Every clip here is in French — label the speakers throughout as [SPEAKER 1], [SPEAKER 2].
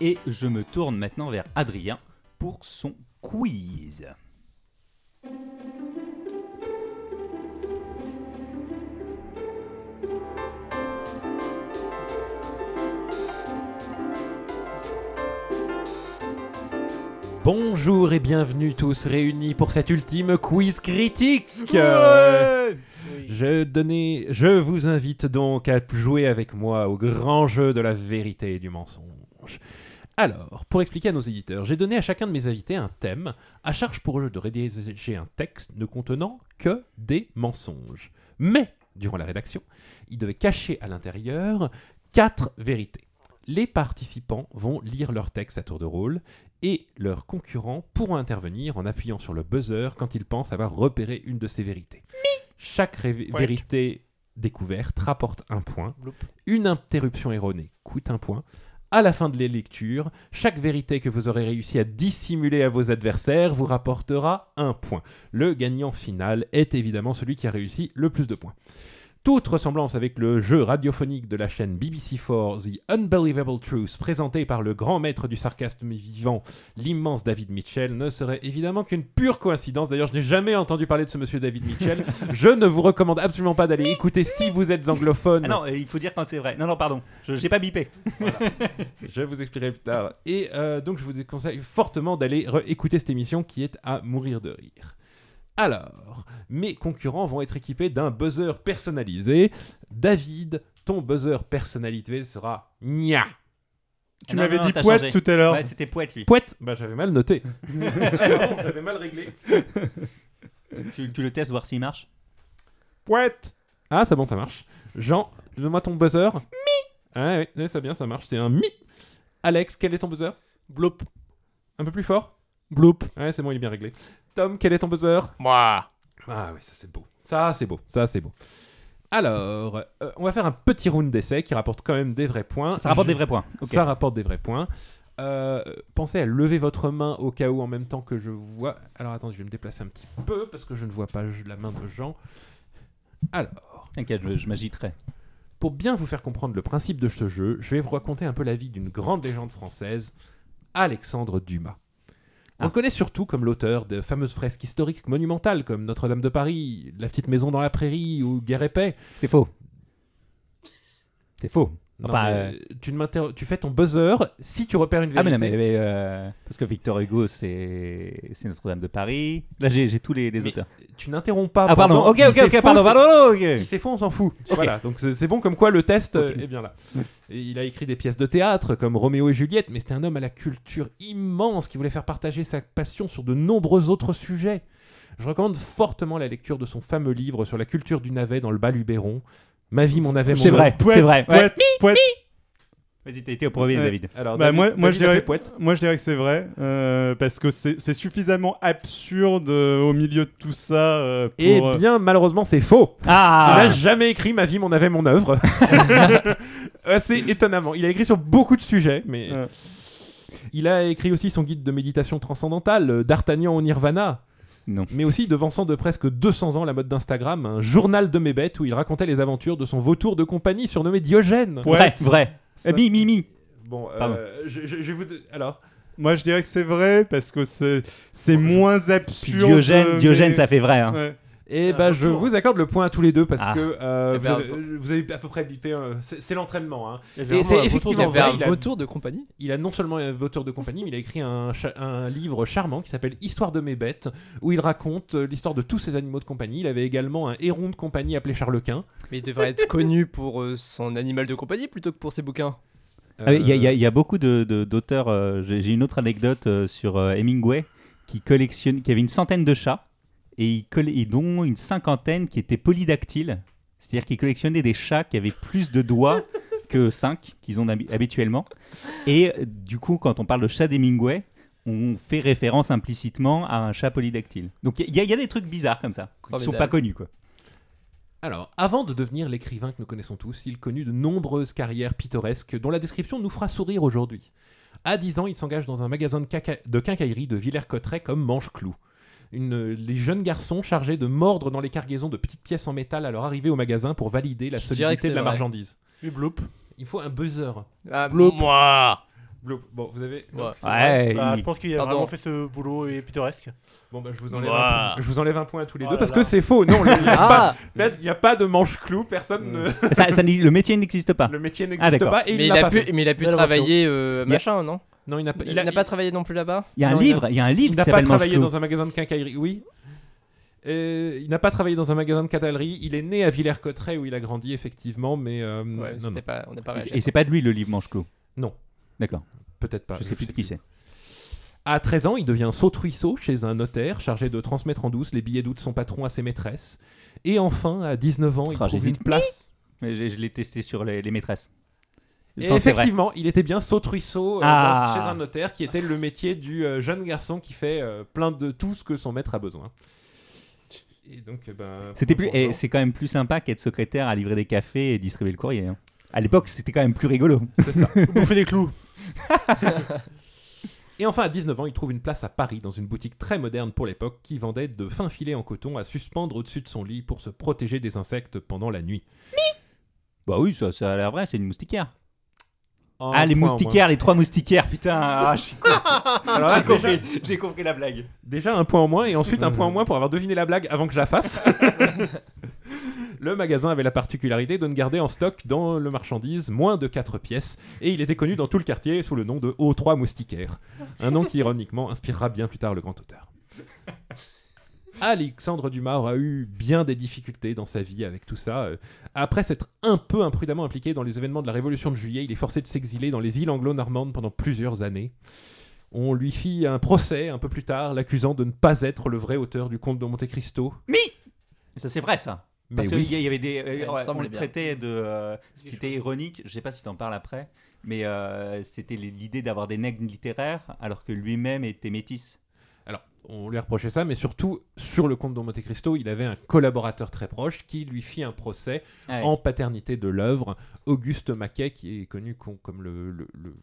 [SPEAKER 1] Et je me tourne maintenant vers Adrien pour son quiz.
[SPEAKER 2] Bonjour et bienvenue tous réunis pour cet ultime quiz critique. Euh, je, donnais- je vous invite donc à jouer avec moi au grand jeu de la vérité et du mensonge. Alors, pour expliquer à nos éditeurs, j'ai donné à chacun de mes invités un thème, à charge pour eux de rédiger un texte ne contenant que des mensonges. Mais, durant la rédaction, ils devaient cacher à l'intérieur quatre vérités. Les participants vont lire leur texte à tour de rôle et leurs concurrents pourront intervenir en appuyant sur le buzzer quand ils pensent avoir repéré une de ces vérités. Chaque ré-
[SPEAKER 3] Point.
[SPEAKER 2] vérité découverte rapporte un point.
[SPEAKER 3] Bloup.
[SPEAKER 2] Une interruption erronée coûte un point. À la fin de les lectures, chaque vérité que vous aurez réussi à dissimuler à vos adversaires vous rapportera un point. Le gagnant final est évidemment celui qui a réussi le plus de points. Toute ressemblance avec le jeu radiophonique de la chaîne BBC4 The Unbelievable Truth présenté par le grand maître du sarcasme vivant, l'immense David Mitchell, ne serait évidemment qu'une pure coïncidence. D'ailleurs, je n'ai jamais entendu parler de ce monsieur David Mitchell. je ne vous recommande absolument pas d'aller écouter si vous êtes anglophone.
[SPEAKER 1] Ah non, euh, il faut dire quand c'est vrai. Non, non, pardon, je j'ai pas bipé.
[SPEAKER 2] Je vous expliquerai plus tard. Et euh, donc, je vous conseille fortement d'aller écouter cette émission qui est à mourir de rire. Alors, mes concurrents vont être équipés d'un buzzer personnalisé. David, ton buzzer personnalisé sera Nia.
[SPEAKER 1] Ah
[SPEAKER 3] Tu
[SPEAKER 1] non,
[SPEAKER 3] m'avais
[SPEAKER 1] non, non,
[SPEAKER 3] dit
[SPEAKER 1] t'as
[SPEAKER 3] poète
[SPEAKER 1] changé.
[SPEAKER 3] tout à l'heure.
[SPEAKER 1] Ouais, c'était poète lui.
[SPEAKER 2] Pouette Bah, j'avais mal noté. Pardon, j'avais mal réglé.
[SPEAKER 1] Tu, tu le testes voir s'il marche.
[SPEAKER 3] Poète
[SPEAKER 2] Ah, c'est bon, ça marche. Jean, donne-moi ton buzzer. Mi Ah, oui, oui, c'est bien, ça marche. C'est un mi. Alex, quel est ton buzzer
[SPEAKER 3] Bloup.
[SPEAKER 2] Un peu plus fort
[SPEAKER 3] Bloup.
[SPEAKER 2] Ouais, c'est bon, il est bien réglé. Tom, quel est ton buzzer
[SPEAKER 3] Moi.
[SPEAKER 2] Ah oui, ça c'est beau. Ça c'est beau, ça c'est beau. Alors, euh, on va faire un petit round d'essai qui rapporte quand même des vrais points.
[SPEAKER 1] Ça rapporte
[SPEAKER 2] Je-
[SPEAKER 1] des vrais points. Ok.
[SPEAKER 2] Ça rapporte des vrais points. Euh, pensez à lever votre main au cas où en même temps que je vois. Alors attendez, je vais me déplacer un petit peu parce que je ne vois pas je- la main de Jean. Alors,
[SPEAKER 1] T'inquiète, je, je m'agiterai.
[SPEAKER 2] pour bien vous faire comprendre le principe de ce jeu, je vais vous raconter un peu la vie d'une grande légende française, Alexandre Dumas.
[SPEAKER 1] Ah.
[SPEAKER 2] On le connaît surtout comme l'auteur de fameuses fresques historiques monumentales comme Notre-Dame de Paris, La Petite Maison dans la Prairie ou Guerre et Paix.
[SPEAKER 1] C'est faux. C'est faux.
[SPEAKER 2] Non,
[SPEAKER 1] Enfin, euh,
[SPEAKER 2] mais, tu, ne m'inter- tu fais ton buzzer si tu repères une vérité.
[SPEAKER 1] Ah mais non mais, mais, euh, parce que Victor Hugo c'est c'est Notre-Dame de Paris. Là j'ai j'ai tous les, les
[SPEAKER 2] Mais-
[SPEAKER 1] auteurs.
[SPEAKER 2] Tu n'interromps pas.
[SPEAKER 1] Ah pardon.
[SPEAKER 2] pendant-
[SPEAKER 1] Ok
[SPEAKER 2] si
[SPEAKER 1] ok
[SPEAKER 2] c'est
[SPEAKER 1] ok
[SPEAKER 2] faux,
[SPEAKER 1] pardon
[SPEAKER 2] c'est-
[SPEAKER 1] pardon.
[SPEAKER 2] Si
[SPEAKER 1] ok.
[SPEAKER 2] c'est faux, on s'en fout. Voilà, donc c'est c'est bon comme quoi le test euh,
[SPEAKER 1] Ok.
[SPEAKER 2] est bien là. Et il a écrit des pièces de théâtre comme Roméo et Juliette, mais c'était un homme à la culture immense qui voulait faire partager sa passion sur de nombreux autres sujets. Je recommande fortement la lecture de son fameux livre sur la culture du navet dans le Bas-Luberon. Ma vie, mon navet, mon
[SPEAKER 1] C'est
[SPEAKER 2] navet.
[SPEAKER 1] vrai.
[SPEAKER 3] Poète,
[SPEAKER 1] C'est vrai, ouais.
[SPEAKER 3] Poète. Poète.
[SPEAKER 1] Vas-y t'as été au premier
[SPEAKER 3] Ouais.
[SPEAKER 1] David.
[SPEAKER 2] Alors,
[SPEAKER 3] Bah,
[SPEAKER 2] David-
[SPEAKER 3] moi, moi,
[SPEAKER 2] David
[SPEAKER 3] je
[SPEAKER 2] a fait
[SPEAKER 3] dirais,
[SPEAKER 2] poète.
[SPEAKER 3] moi, je dirais que c'est vrai, euh, parce que c'est c'est suffisamment absurde euh, au milieu de tout ça. euh, pour,
[SPEAKER 2] Eh
[SPEAKER 3] euh,
[SPEAKER 2] bien, malheureusement, c'est faux. Il
[SPEAKER 1] Ah.
[SPEAKER 2] n'a jamais écrit ma vie, mon avait, mon œuvre. Assez étonnamment. Il a écrit sur beaucoup de sujets, mais.
[SPEAKER 3] Ouais.
[SPEAKER 2] Il a écrit aussi son guide de méditation transcendantale, euh, D'Artagnan au Nirvana.
[SPEAKER 1] Non.
[SPEAKER 2] Mais aussi, devançant de presque 200 ans la mode d'Instagram, un journal de mes bêtes où il racontait les aventures de son vautour de compagnie surnommé Diogène.
[SPEAKER 1] Vrai
[SPEAKER 3] poète.
[SPEAKER 1] vrai.
[SPEAKER 3] Ça-
[SPEAKER 1] Eh, Mi mi mi.
[SPEAKER 2] Bon, euh,
[SPEAKER 1] Pardon.
[SPEAKER 2] je, je- je vous. Alors.
[SPEAKER 3] Moi, je dirais que c'est vrai, parce que c'est c'est moins
[SPEAKER 1] Puis
[SPEAKER 3] absurde.
[SPEAKER 1] Diogène
[SPEAKER 3] euh,
[SPEAKER 1] Diogène
[SPEAKER 3] mais-
[SPEAKER 1] ça fait vrai. hein.
[SPEAKER 3] Ouais.
[SPEAKER 2] Eh
[SPEAKER 4] Ah,
[SPEAKER 2] ben, je
[SPEAKER 4] retour.
[SPEAKER 2] vous accorde le point à tous les deux parce
[SPEAKER 1] Ah.
[SPEAKER 2] que euh,
[SPEAKER 4] Eh
[SPEAKER 2] vous,
[SPEAKER 4] ben,
[SPEAKER 2] avez, vous avez à peu près bipé. euh, c'est c'est l'entraînement. Hein.
[SPEAKER 4] Il y
[SPEAKER 2] Et
[SPEAKER 4] avait
[SPEAKER 2] c'est
[SPEAKER 4] vraiment un
[SPEAKER 2] effectivement
[SPEAKER 4] vautour- il y avait
[SPEAKER 2] vrai,
[SPEAKER 4] un
[SPEAKER 2] il a-
[SPEAKER 4] vautour de compagnie.
[SPEAKER 2] Il a non seulement un auteur de compagnie, mais il a écrit un, cha- un livre charmant qui s'appelle Histoire de mes bêtes, où il raconte euh, l'histoire de tous ses animaux de compagnie. Il avait également un héron de compagnie appelé Charles Quint.
[SPEAKER 4] Mais il devrait être connu pour euh, son animal de compagnie plutôt que pour ses bouquins.
[SPEAKER 1] Ah oui, Il y, a- il y a- il y a beaucoup de- de- d'auteurs. euh, J'ai j'ai une autre anecdote euh, sur euh, Hemingway qui collectionne, qui avait une centaine de chats et, il colle- et dont une cinquantaine qui étaient polydactyles, c'est-à-dire qu'il collectionnait des chats qui avaient plus de doigts que cinq qu'ils ont habi- habituellement. Et euh, du coup, quand on parle de chat d'Hemingway, on fait référence implicitement à un chat polydactyle. Donc il y, a- il y a des trucs bizarres comme ça qui ne sont
[SPEAKER 4] Formidable.
[SPEAKER 1] pas connus quoi.
[SPEAKER 2] Alors, avant de devenir l'écrivain que nous connaissons tous, il connut de nombreuses carrières pittoresques dont la description nous fera sourire aujourd'hui. À 10 ans, il s'engage dans un magasin de, caca- de quincaillerie de Villers-Cotterêts comme manche-clou. Une- les jeunes garçons chargés de mordre dans les cargaisons de petites pièces en métal à leur arrivée au magasin pour valider la
[SPEAKER 4] Je dirais que
[SPEAKER 2] solidité de
[SPEAKER 4] c'est
[SPEAKER 2] la
[SPEAKER 4] vrai.
[SPEAKER 2] marchandise.
[SPEAKER 4] Lui, bloop.
[SPEAKER 2] Il faut un buzzer.
[SPEAKER 4] Ah,
[SPEAKER 3] Bloop.
[SPEAKER 4] moi
[SPEAKER 2] Bloop. Bon, vous avez. Ah.
[SPEAKER 4] Ouais.
[SPEAKER 1] Ouais,
[SPEAKER 5] Bah,
[SPEAKER 1] il-
[SPEAKER 5] je pense qu'il a
[SPEAKER 4] Pardon.
[SPEAKER 5] vraiment fait ce boulot et pittoresque.
[SPEAKER 2] Bon, bah, je vous enlève,
[SPEAKER 4] Ouah.
[SPEAKER 2] un, point. Je vous enlève un point à tous les
[SPEAKER 5] Oh
[SPEAKER 2] deux
[SPEAKER 5] là
[SPEAKER 2] parce
[SPEAKER 5] là.
[SPEAKER 2] que c'est faux. Non, il n'y a, pas-
[SPEAKER 4] Ah
[SPEAKER 2] en fait, il y a pas de manche-clou. Personne ne.
[SPEAKER 1] ça- ça n'existe- le métier n'existe pas.
[SPEAKER 2] Le métier
[SPEAKER 1] Ah,
[SPEAKER 2] n'existe
[SPEAKER 1] d'accord.
[SPEAKER 2] pas. Et il
[SPEAKER 4] mais il,
[SPEAKER 2] l'a
[SPEAKER 4] a
[SPEAKER 2] pas
[SPEAKER 4] pu,
[SPEAKER 2] fait.
[SPEAKER 4] mais il a pu
[SPEAKER 5] Belle
[SPEAKER 4] travailler euh,
[SPEAKER 1] Il y a-
[SPEAKER 4] machin, non
[SPEAKER 2] Non, il n'a pas,
[SPEAKER 4] Il n'a pas travaillé non plus là-bas
[SPEAKER 1] Il y a un
[SPEAKER 2] Non, il
[SPEAKER 1] livre, il y a un livre
[SPEAKER 2] Il
[SPEAKER 1] qui
[SPEAKER 2] n'a pas
[SPEAKER 1] s'appelle
[SPEAKER 2] travaillé
[SPEAKER 1] Manche-Clou.
[SPEAKER 2] dans un magasin de quincaillerie, oui. Euh, il n'a pas travaillé dans un magasin de quincaillerie. Il est né à Villers-Cotterêts où il a grandi effectivement, mais euh,
[SPEAKER 4] Ouais,
[SPEAKER 2] non, non,
[SPEAKER 4] c'était pas, on n'a pas réagi.
[SPEAKER 1] Et c'est pas de lui le livre Manche-Clou.
[SPEAKER 2] Non.
[SPEAKER 1] D'accord.
[SPEAKER 2] peut-être pas.
[SPEAKER 1] je sais plus de qui c'est.
[SPEAKER 2] À 13 ans, il devient saute-ruisseau chez un notaire chargé de transmettre en douce les billets d'août de son patron à ses maîtresses. Et enfin, à 19 ans, il
[SPEAKER 1] Ah,
[SPEAKER 2] trouve une
[SPEAKER 1] j'hésite.
[SPEAKER 2] place.
[SPEAKER 1] Mais j'ai- je l'ai testé sur les, les maîtresses.
[SPEAKER 2] Et
[SPEAKER 1] Enfin, c'est vrai.
[SPEAKER 2] effectivement, il était bien saute-ruisseau euh,
[SPEAKER 1] Ah.
[SPEAKER 2] dans- chez un notaire qui était le métier du euh, jeune garçon qui fait euh, plein de tout ce que son maître a besoin. Et donc, euh, ben,
[SPEAKER 1] C'était plus,
[SPEAKER 2] bonjour.
[SPEAKER 1] et c'est quand même plus sympa qu'être secrétaire à livrer des cafés et distribuer le courrier. hein. À l'époque, c'était quand même plus rigolo.
[SPEAKER 2] C'est ça.
[SPEAKER 5] Bouffer des clous.
[SPEAKER 2] Et enfin, à 19 ans, il trouve une place à Paris dans une boutique très moderne pour l'époque qui vendait de fins filets en coton à suspendre au-dessus de son lit pour se protéger des insectes pendant la nuit.
[SPEAKER 1] Bah oui, ça, ça a l'air vrai, c'est une moustiquaire.
[SPEAKER 2] Un
[SPEAKER 1] ah, les
[SPEAKER 2] Oh, point en
[SPEAKER 1] moustiquaires, Ah, les trois moustiquaires, putain. Ah, je suis con.
[SPEAKER 2] moins. Alors là, déjà,
[SPEAKER 1] J'ai compris la blague.
[SPEAKER 2] déjà un point en moins et ensuite un point en moins pour avoir deviné la blague avant que je la fasse. le magasin avait la particularité de ne garder en stock dans le marchandise moins de 4 pièces et il était connu dans tout le quartier sous le nom de O3 Moustiquaire. Un nom qui ironiquement inspirera bien plus tard le grand auteur. Alexandre Dumas aura eu bien des difficultés dans sa vie avec tout ça. Euh, Après s'être un peu imprudemment impliqué dans les événements de la Révolution de Juillet, il est forcé de s'exiler dans les îles anglo-normandes pendant plusieurs années. On lui fit un procès un peu plus tard, l'accusant de ne pas être le vrai auteur du conte de Monte Cristo.
[SPEAKER 1] Ça, c'est vrai, ça.
[SPEAKER 2] Mais
[SPEAKER 1] Parce qu'il
[SPEAKER 2] oui,
[SPEAKER 1] y y avait des. euh,
[SPEAKER 4] Ouais, il me
[SPEAKER 1] ouais, on
[SPEAKER 4] semblait
[SPEAKER 1] le
[SPEAKER 4] bien.
[SPEAKER 1] traitait de. euh, ce qui était ironique, je sais pas si t'en parles après, mais euh, c'était l'idée d'avoir des nègres littéraires alors que lui-même était métis.
[SPEAKER 2] alors on lui reprochait ça, mais surtout sur le conte de Monte Cristo, il avait un collaborateur très proche qui lui fit un procès
[SPEAKER 1] Ouais.
[SPEAKER 2] en paternité de l'œuvre, Auguste Maquet, qui est connu con- comme le. le- le-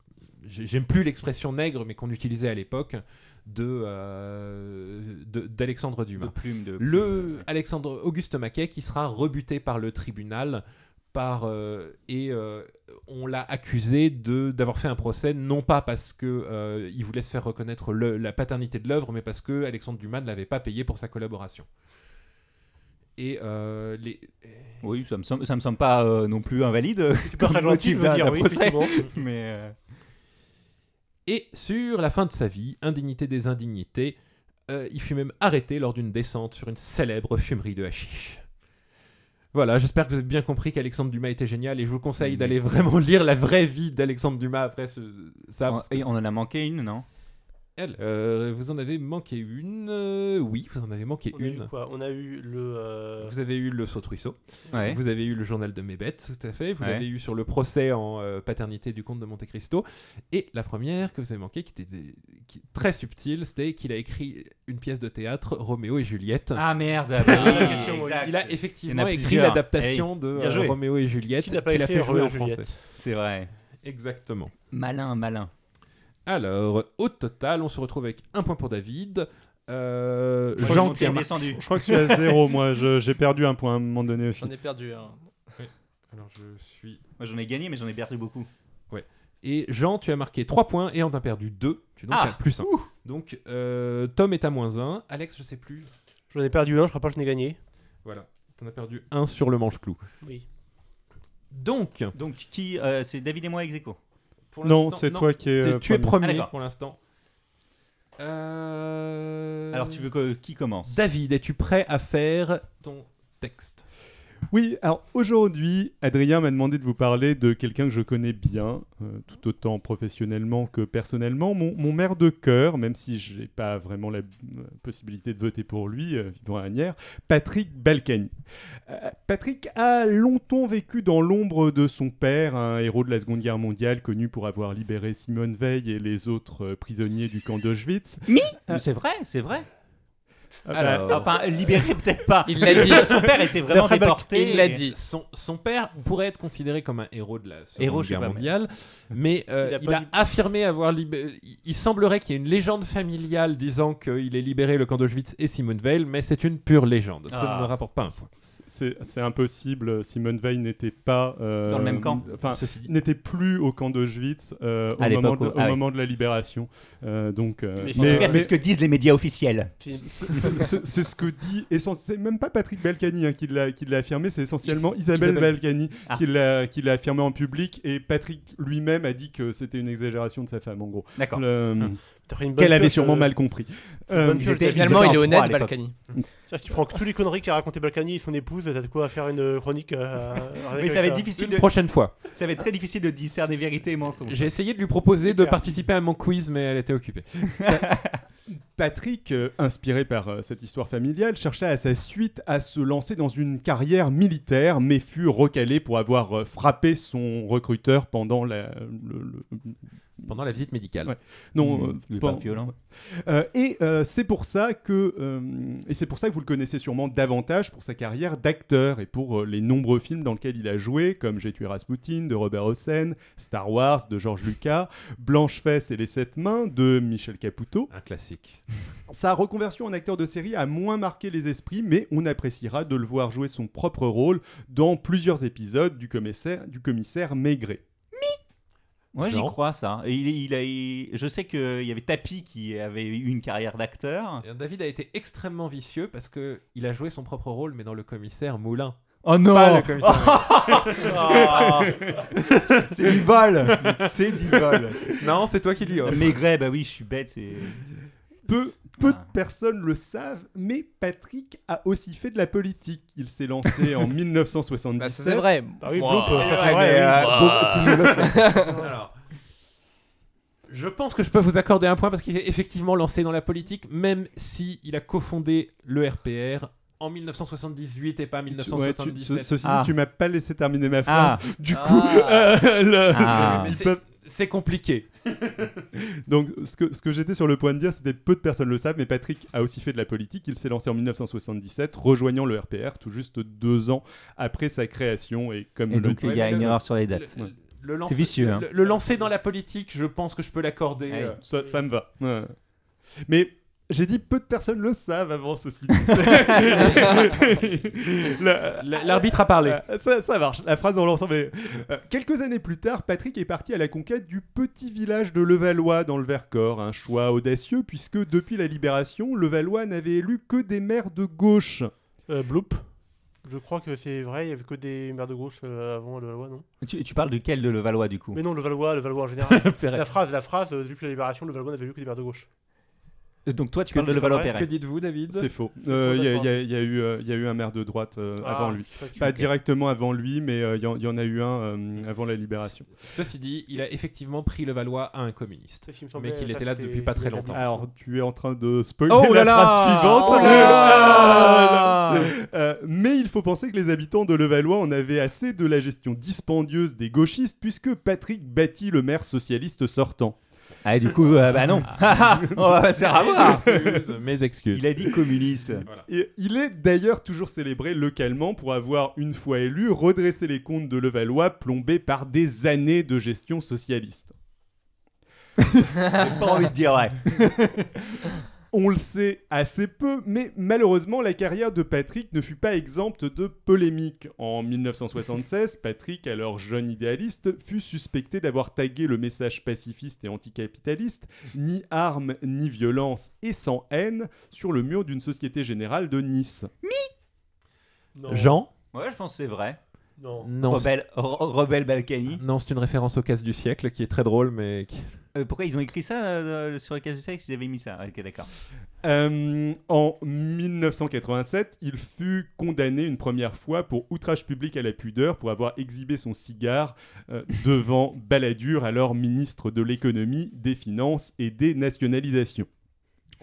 [SPEAKER 2] j'ai- J'aime plus l'expression nègre, mais qu'on utilisait à l'époque, de, euh, de- d'Alexandre
[SPEAKER 1] De
[SPEAKER 2] Dumas.
[SPEAKER 1] plume de. euh,
[SPEAKER 2] le Alexandre Auguste Maquet qui sera rebuté par le tribunal par euh, et euh, on l'a accusé de d'avoir fait un procès non pas parce que euh, il voulait se faire reconnaître le- la paternité de l'œuvre mais parce que Alexandre Dumas ne l'avait pas payé pour sa collaboration. Et euh, les
[SPEAKER 1] Oui, ça me semble, ça me semble pas euh, non plus invalide.
[SPEAKER 5] C'est pas
[SPEAKER 1] Comme
[SPEAKER 5] très
[SPEAKER 1] motif
[SPEAKER 5] gentil de me
[SPEAKER 1] d'un-
[SPEAKER 5] dire
[SPEAKER 1] d'un
[SPEAKER 5] oui,
[SPEAKER 1] procès.
[SPEAKER 5] effectivement.
[SPEAKER 1] mais. euh,
[SPEAKER 2] Et sur la fin de sa vie, indignité des indignités, euh, il fut même arrêté lors d'une descente sur une célèbre fumerie de hashish. Voilà, j'espère que vous avez bien compris qu'Alexandre Dumas était génial et je vous conseille
[SPEAKER 1] Mm.
[SPEAKER 2] d'aller vraiment lire la vraie vie d'Alexandre Dumas après ce- ça.
[SPEAKER 1] on,
[SPEAKER 2] parce que-
[SPEAKER 1] Ah, et on en a manqué une, non
[SPEAKER 2] Elle, euh, vous en avez manqué une. euh, oui, vous en avez manqué
[SPEAKER 5] On a eu
[SPEAKER 2] une.
[SPEAKER 5] quoi On a eu le. euh,
[SPEAKER 2] Vous avez eu le saut ruisseau.
[SPEAKER 1] Ouais.
[SPEAKER 2] Vous avez eu le journal de mes bêtes, tout à fait. Vous
[SPEAKER 1] Ouais.
[SPEAKER 2] l'avez eu sur le procès en euh, paternité du comte de Monte Cristo. Et la première que vous avez manquée, qui était des- qui- très subtile, c'était qu'il a écrit une pièce de théâtre, Roméo et Juliette.
[SPEAKER 1] Ah merde
[SPEAKER 5] Ah, la question, oui.
[SPEAKER 1] exact.
[SPEAKER 2] Il a
[SPEAKER 1] Il y
[SPEAKER 2] effectivement
[SPEAKER 1] en a
[SPEAKER 2] écrit
[SPEAKER 1] plusieurs.
[SPEAKER 2] l'adaptation de
[SPEAKER 1] bien
[SPEAKER 2] euh,
[SPEAKER 1] joué.
[SPEAKER 2] Roméo et Juliette
[SPEAKER 5] Qui n'a pas
[SPEAKER 2] qu'il a
[SPEAKER 5] écrit
[SPEAKER 2] fait jouer
[SPEAKER 5] Roméo
[SPEAKER 2] en
[SPEAKER 5] et
[SPEAKER 2] français.
[SPEAKER 5] Juliette
[SPEAKER 1] C'est vrai.
[SPEAKER 2] Exactement.
[SPEAKER 1] Malin, malin.
[SPEAKER 2] Alors, au total, on se retrouve avec un point pour David. Euh,
[SPEAKER 1] Je crois
[SPEAKER 2] Jean
[SPEAKER 1] que
[SPEAKER 2] qui
[SPEAKER 1] est
[SPEAKER 2] a marqué-
[SPEAKER 1] descendu.
[SPEAKER 3] Je crois que je suis à zéro, moi. Je- J'ai perdu un point à un moment donné aussi.
[SPEAKER 4] J'en ai perdu hein. un.
[SPEAKER 2] Alors, je suis.
[SPEAKER 1] Moi j'en ai gagné, mais j'en ai perdu beaucoup.
[SPEAKER 2] Et Jean, tu as marqué 3 points et on t'a perdu 2. Tu es donc
[SPEAKER 1] Ah,
[SPEAKER 2] à plus 1. Donc euh, Tom est à moins 1. Alex, je sais plus.
[SPEAKER 5] J'en ai perdu un, je crois pas que je n'ai gagné.
[SPEAKER 2] Voilà. T'en as perdu 1 sur le manche-clou.
[SPEAKER 5] Oui.
[SPEAKER 2] Donc,
[SPEAKER 1] Donc qui euh, C'est David et moi ex aequo.
[SPEAKER 2] pour
[SPEAKER 3] Non,
[SPEAKER 2] l'instant-
[SPEAKER 3] c'est toi qui es.
[SPEAKER 2] t'es-
[SPEAKER 3] euh,
[SPEAKER 2] tu es premier
[SPEAKER 1] Ah, d'accord.
[SPEAKER 2] pour l'instant. Euh,
[SPEAKER 1] Alors tu veux que, qui commence
[SPEAKER 2] David, es-tu prêt à faire ton texte
[SPEAKER 3] Oui, alors aujourd'hui, Adrien m'a demandé de vous parler de quelqu'un que je connais bien, euh, tout autant professionnellement que personnellement, mon, mon maire de cœur, même si je n'ai pas vraiment la euh, possibilité de voter pour lui, euh, vivant à Agnières, Patrick Balkany. Euh, Patrick a longtemps vécu dans l'ombre de son père, un héros de la Seconde Guerre mondiale connu pour avoir libéré Simone Veil et les autres euh, prisonniers du camp d'Auschwitz.
[SPEAKER 1] C'est vrai, c'est vrai.
[SPEAKER 3] Ah bah,
[SPEAKER 2] Alors,
[SPEAKER 1] Enfin, libéré peut-être pas.
[SPEAKER 4] Il l'a dit.
[SPEAKER 1] Son père était vraiment
[SPEAKER 5] D'après Balk,
[SPEAKER 1] déporté.
[SPEAKER 4] il l'a
[SPEAKER 1] et-
[SPEAKER 4] dit.
[SPEAKER 2] son, son père pourrait être considéré comme un héros de la Seconde
[SPEAKER 1] Héros, je sais
[SPEAKER 2] Guerre
[SPEAKER 1] pas, mais-
[SPEAKER 2] mondiale, mais euh,
[SPEAKER 5] Il a
[SPEAKER 2] il,
[SPEAKER 5] pas
[SPEAKER 2] a
[SPEAKER 5] lib-
[SPEAKER 2] affirmé avoir libéré. Il, il semblerait qu'il y ait une légende familiale disant qu'il ait libéré le camp d'Auschwitz et Simone Veil, mais c'est une pure légende. Ça
[SPEAKER 1] Ah.
[SPEAKER 2] ne rapporte pas un point.
[SPEAKER 3] c'est c'est impossible. Simone Veil n'était pas euh,
[SPEAKER 1] Dans le même camp.
[SPEAKER 3] Enfin,
[SPEAKER 2] Ceci dit,
[SPEAKER 3] n'était plus au camp d'Auschwitz euh,
[SPEAKER 1] À
[SPEAKER 3] au, moment
[SPEAKER 1] l'époque,
[SPEAKER 3] de,
[SPEAKER 1] ouais.
[SPEAKER 3] au
[SPEAKER 1] Ah oui.
[SPEAKER 3] moment de la libération. Euh, donc, euh,
[SPEAKER 5] Mais
[SPEAKER 1] En tout cas, c'est ce que disent les médias officiels.
[SPEAKER 5] C'est-
[SPEAKER 3] C'est- c'est- C'est c'est ce que dit, essen- c'est même pas Patrick Balkany hein, qui l'a qui l'a affirmé, c'est essentiellement Isabelle,
[SPEAKER 2] Isabelle.
[SPEAKER 3] Balkany
[SPEAKER 1] Ah.
[SPEAKER 3] qui l'a qui l'a affirmé en public et Patrick lui-même a dit que c'était une exagération de sa femme en gros. Euh,
[SPEAKER 1] D'accord.
[SPEAKER 3] Le-
[SPEAKER 1] Hmm.
[SPEAKER 5] T'as pris une bonne
[SPEAKER 3] Qu'elle avait
[SPEAKER 5] pioche,
[SPEAKER 3] sûrement
[SPEAKER 5] euh,
[SPEAKER 3] mal compris.
[SPEAKER 5] c'est une
[SPEAKER 3] Euh,
[SPEAKER 5] bonne
[SPEAKER 1] ils
[SPEAKER 5] pioche,
[SPEAKER 1] étaient-
[SPEAKER 5] David.
[SPEAKER 4] Finalement,
[SPEAKER 1] étaient
[SPEAKER 4] il est
[SPEAKER 1] en froid à
[SPEAKER 4] honnête,
[SPEAKER 1] l'époque.
[SPEAKER 4] Balkany.
[SPEAKER 5] Ça, si tu prends que toutes les conneries qu'a raconté Balkany et son épouse, t'as de quoi faire une chronique. euh, avec
[SPEAKER 1] Mais ça va être
[SPEAKER 5] ça.
[SPEAKER 1] difficile de-
[SPEAKER 2] une prochaine fois.
[SPEAKER 1] ça va être très difficile de discerner vérité et mensonge.
[SPEAKER 2] J'ai essayé de lui proposer de participer à mon quiz, mais elle était occupée.
[SPEAKER 3] Patrick, euh, inspiré par euh, cette histoire familiale, chercha à sa suite à se lancer dans une carrière militaire, mais fut recalé pour avoir euh, frappé son recruteur pendant la, le- le-
[SPEAKER 2] Pendant la visite médicale.
[SPEAKER 3] Ouais. non, euh,
[SPEAKER 1] il est
[SPEAKER 3] pen-
[SPEAKER 1] pas violent.
[SPEAKER 3] Euh, et euh, c'est pour ça que euh, et c'est pour ça que vous le connaissez sûrement davantage pour sa carrière d'acteur et pour euh, les nombreux films dans lesquels il a joué, comme J'ai tué Rasputin de Robert Hossein, Star Wars de George Lucas, Blanche Fesse et les Sept Mains de Michel Caputo.
[SPEAKER 2] Un classique.
[SPEAKER 3] Sa reconversion en acteur de série a moins marqué les esprits, mais on appréciera de le voir jouer son propre rôle dans plusieurs épisodes du commissaire, du commissaire Maigret.
[SPEAKER 1] Moi, j'y
[SPEAKER 2] Genre
[SPEAKER 1] crois ça. Et il, il a, il- je sais qu'il y avait Tapi qui avait eu une carrière d'acteur.
[SPEAKER 2] Et David a été extrêmement vicieux parce que il a joué son propre rôle, mais dans le commissaire Moulin.
[SPEAKER 1] Oh non
[SPEAKER 2] Pas le commissaire.
[SPEAKER 5] Ah,
[SPEAKER 1] C'est du vol C'est du vol
[SPEAKER 2] non, c'est toi qui lui offres.
[SPEAKER 1] Maigret, bah oui, je suis bête. c'est-
[SPEAKER 3] Peu,
[SPEAKER 1] Ah.
[SPEAKER 3] peu de personnes le savent, mais Patrick a aussi fait de la politique. Il s'est lancé en 1977.
[SPEAKER 4] Bah, ça, c'est vrai.
[SPEAKER 5] Bah oui,
[SPEAKER 4] Wow.
[SPEAKER 5] Bloop, ça
[SPEAKER 1] Ouais,
[SPEAKER 5] fait vrai.
[SPEAKER 1] mais,
[SPEAKER 3] hein.
[SPEAKER 1] euh,
[SPEAKER 4] Ouah.
[SPEAKER 1] beaucoup- tout le monde le sait.
[SPEAKER 2] Alors, je pense que je peux vous accorder un point parce qu'il est effectivement lancé dans la politique, même si il a cofondé le RPR en 1978 et pas
[SPEAKER 3] Tu- ouais, tu-
[SPEAKER 2] 1977.
[SPEAKER 3] ce- ceci dit,
[SPEAKER 1] Ah.
[SPEAKER 3] tu m'as pas laissé terminer ma phrase.
[SPEAKER 1] Ah.
[SPEAKER 3] Du coup,
[SPEAKER 4] Ah.
[SPEAKER 3] euh, le-
[SPEAKER 1] Ah.
[SPEAKER 2] Mais
[SPEAKER 3] ils
[SPEAKER 2] c'est-
[SPEAKER 3] peuvent-
[SPEAKER 2] C'est compliqué.
[SPEAKER 3] donc ce que, ce que j'étais sur le point de dire, c'était peu de personnes le savent, mais Patrick a aussi fait de la politique. Il s'est lancé en 1977, rejoignant le RPR tout juste deux ans après sa création. Et comme
[SPEAKER 1] Et
[SPEAKER 3] le
[SPEAKER 1] donc,
[SPEAKER 3] dit-
[SPEAKER 1] il y a une
[SPEAKER 2] le-
[SPEAKER 1] erreur sur les
[SPEAKER 2] Le,
[SPEAKER 1] dates.
[SPEAKER 2] le- le lancer,
[SPEAKER 1] C'est vicieux, hein.
[SPEAKER 2] le, le lancer dans la politique, je pense que je peux l'accorder.
[SPEAKER 1] Ouais.
[SPEAKER 2] euh.
[SPEAKER 3] ça, ça me va. Ouais. Mais j'ai dit peu de personnes le savent avant ceci. dit. Le-
[SPEAKER 2] L- L'arbitre a parlé.
[SPEAKER 3] Euh, ça, ça marche, la phrase dans l'ensemble est- Euh, quelques années plus tard, Patrick est parti à la conquête du petit village de Levallois dans le Vercors. Un choix audacieux puisque depuis la libération, Levallois n'avait élu que des maires de gauche.
[SPEAKER 5] Euh, Bloop. Je crois que c'est vrai, il n'y avait que des maires de gauche euh, avant le Valois, non
[SPEAKER 1] Tu, tu parles de quel de Levallois, du coup
[SPEAKER 5] Mais non, le Valois, le Valois en général.
[SPEAKER 2] Perret.
[SPEAKER 5] la phrase, la phrase, euh, depuis la libération, le Valois n'avait vu que des maires de gauche.
[SPEAKER 1] Donc, toi, tu
[SPEAKER 2] Que
[SPEAKER 1] parles de
[SPEAKER 2] dites-
[SPEAKER 1] Levallois
[SPEAKER 2] ouais,
[SPEAKER 1] Perret.
[SPEAKER 2] Que dites-vous, David
[SPEAKER 3] C'est faux. Euh,
[SPEAKER 5] faux,
[SPEAKER 3] Il y, a-
[SPEAKER 5] d'accord. Ah.
[SPEAKER 3] il y a- il y a eu, euh, il y a eu un maire de droite euh, avant lui.
[SPEAKER 5] je sais qui-
[SPEAKER 3] Pas directement avant lui, mais euh, il y, en- il y en a eu un euh, avant la libération.
[SPEAKER 2] Ceci dit, il a effectivement pris le Valois à un communiste.
[SPEAKER 5] c'est ce qui me semblait,
[SPEAKER 2] qu'il
[SPEAKER 5] ça,
[SPEAKER 2] était là
[SPEAKER 5] c'est-
[SPEAKER 2] depuis pas très
[SPEAKER 5] c'est-
[SPEAKER 2] longtemps.
[SPEAKER 3] Alors, tu es en train de spoiler
[SPEAKER 1] Oh là
[SPEAKER 3] la
[SPEAKER 1] là
[SPEAKER 3] phrase suivante.
[SPEAKER 4] Oh là
[SPEAKER 3] Ah, là. Euh, mais il faut penser que les habitants de Levallois en avaient assez de la gestion dispendieuse des gauchistes, puisque Patrick battit le maire socialiste sortant.
[SPEAKER 1] Ah, du coup, euh, bah non On va pas se faire avoir
[SPEAKER 2] Excuse, Mes excuses.
[SPEAKER 1] Il a dit communiste.
[SPEAKER 3] Et il est d'ailleurs toujours célébré localement pour avoir, une fois élu, redressé les comptes de Levallois plombés par des années de gestion socialiste.
[SPEAKER 1] J'ai pas envie de dire ouais.
[SPEAKER 3] On le sait assez peu, mais malheureusement, la carrière de Patrick ne fut pas exempte de polémiques. En 1976, Patrick, alors jeune idéaliste, fut suspecté d'avoir tagué le message pacifiste et anticapitaliste Ni armes, ni violence et sans haine sur le mur d'une société générale de Nice.
[SPEAKER 5] Non,
[SPEAKER 2] Jean
[SPEAKER 1] Ouais, je pense que c'est vrai.
[SPEAKER 5] non.
[SPEAKER 2] Non. c'est-
[SPEAKER 1] Rebelle, ro- rebelle Balkany.
[SPEAKER 2] Non, c'est une référence au casse du siècle qui est très drôle, mais. qui-
[SPEAKER 1] Euh, pourquoi ils ont écrit ça euh, sur le cas du sexe Ils avaient mis ça. Ok, d'accord.
[SPEAKER 3] Euh, en 1987, il fut condamné une première fois pour outrage public à la pudeur pour avoir exhibé son cigare euh, devant Balladur, alors ministre de l'économie, des finances et des nationalisations.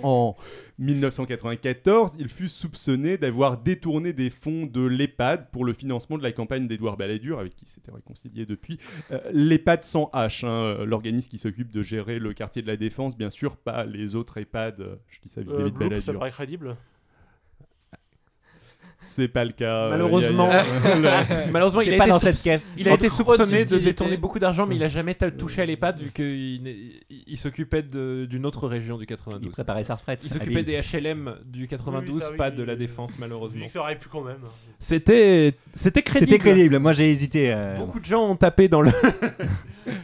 [SPEAKER 3] En 1994, il fut soupçonné d'avoir détourné des fonds de l'EHPAD pour le financement de la campagne d'Édouard Balladur, avec qui il s'était réconcilié depuis. Euh, L'EHPAD sans H, hein, euh, l'organisme qui s'occupe de gérer le quartier de la Défense, bien sûr, pas les autres EHPAD. euh, je dis ça
[SPEAKER 5] Euh,
[SPEAKER 3] vis-à-vis de
[SPEAKER 5] Bloop, ça
[SPEAKER 3] Balladur.
[SPEAKER 5] paraît crédible.
[SPEAKER 3] C'est pas le cas. euh,
[SPEAKER 2] Malheureusement.
[SPEAKER 3] il y a- il y a-
[SPEAKER 2] Malheureusement, il
[SPEAKER 1] C'est
[SPEAKER 2] a
[SPEAKER 1] pas
[SPEAKER 2] été
[SPEAKER 1] dans
[SPEAKER 2] sou-
[SPEAKER 1] cette caisse.
[SPEAKER 2] Il a été
[SPEAKER 4] Entre haute
[SPEAKER 2] soupçonné de
[SPEAKER 4] subtilité.
[SPEAKER 2] détourner beaucoup d'argent, mais il a jamais ta- touché à l'EHPAD vu qu'il n'est- il- il s'occupait de- d'une autre région du
[SPEAKER 1] Il
[SPEAKER 2] 92.
[SPEAKER 1] préparait sa retraite. Ah,
[SPEAKER 2] Il
[SPEAKER 1] Allez.
[SPEAKER 2] s'occupait des HLM du 92,
[SPEAKER 5] Oui, ça, oui,
[SPEAKER 2] pas de la
[SPEAKER 5] oui.
[SPEAKER 2] défense malheureusement.
[SPEAKER 5] Il aurait pu quand même.
[SPEAKER 2] Ah. C'était c'était crédible.
[SPEAKER 1] C'était crédible. Moi, j'ai hésité. euh,
[SPEAKER 2] Beaucoup de gens ont tapé dans le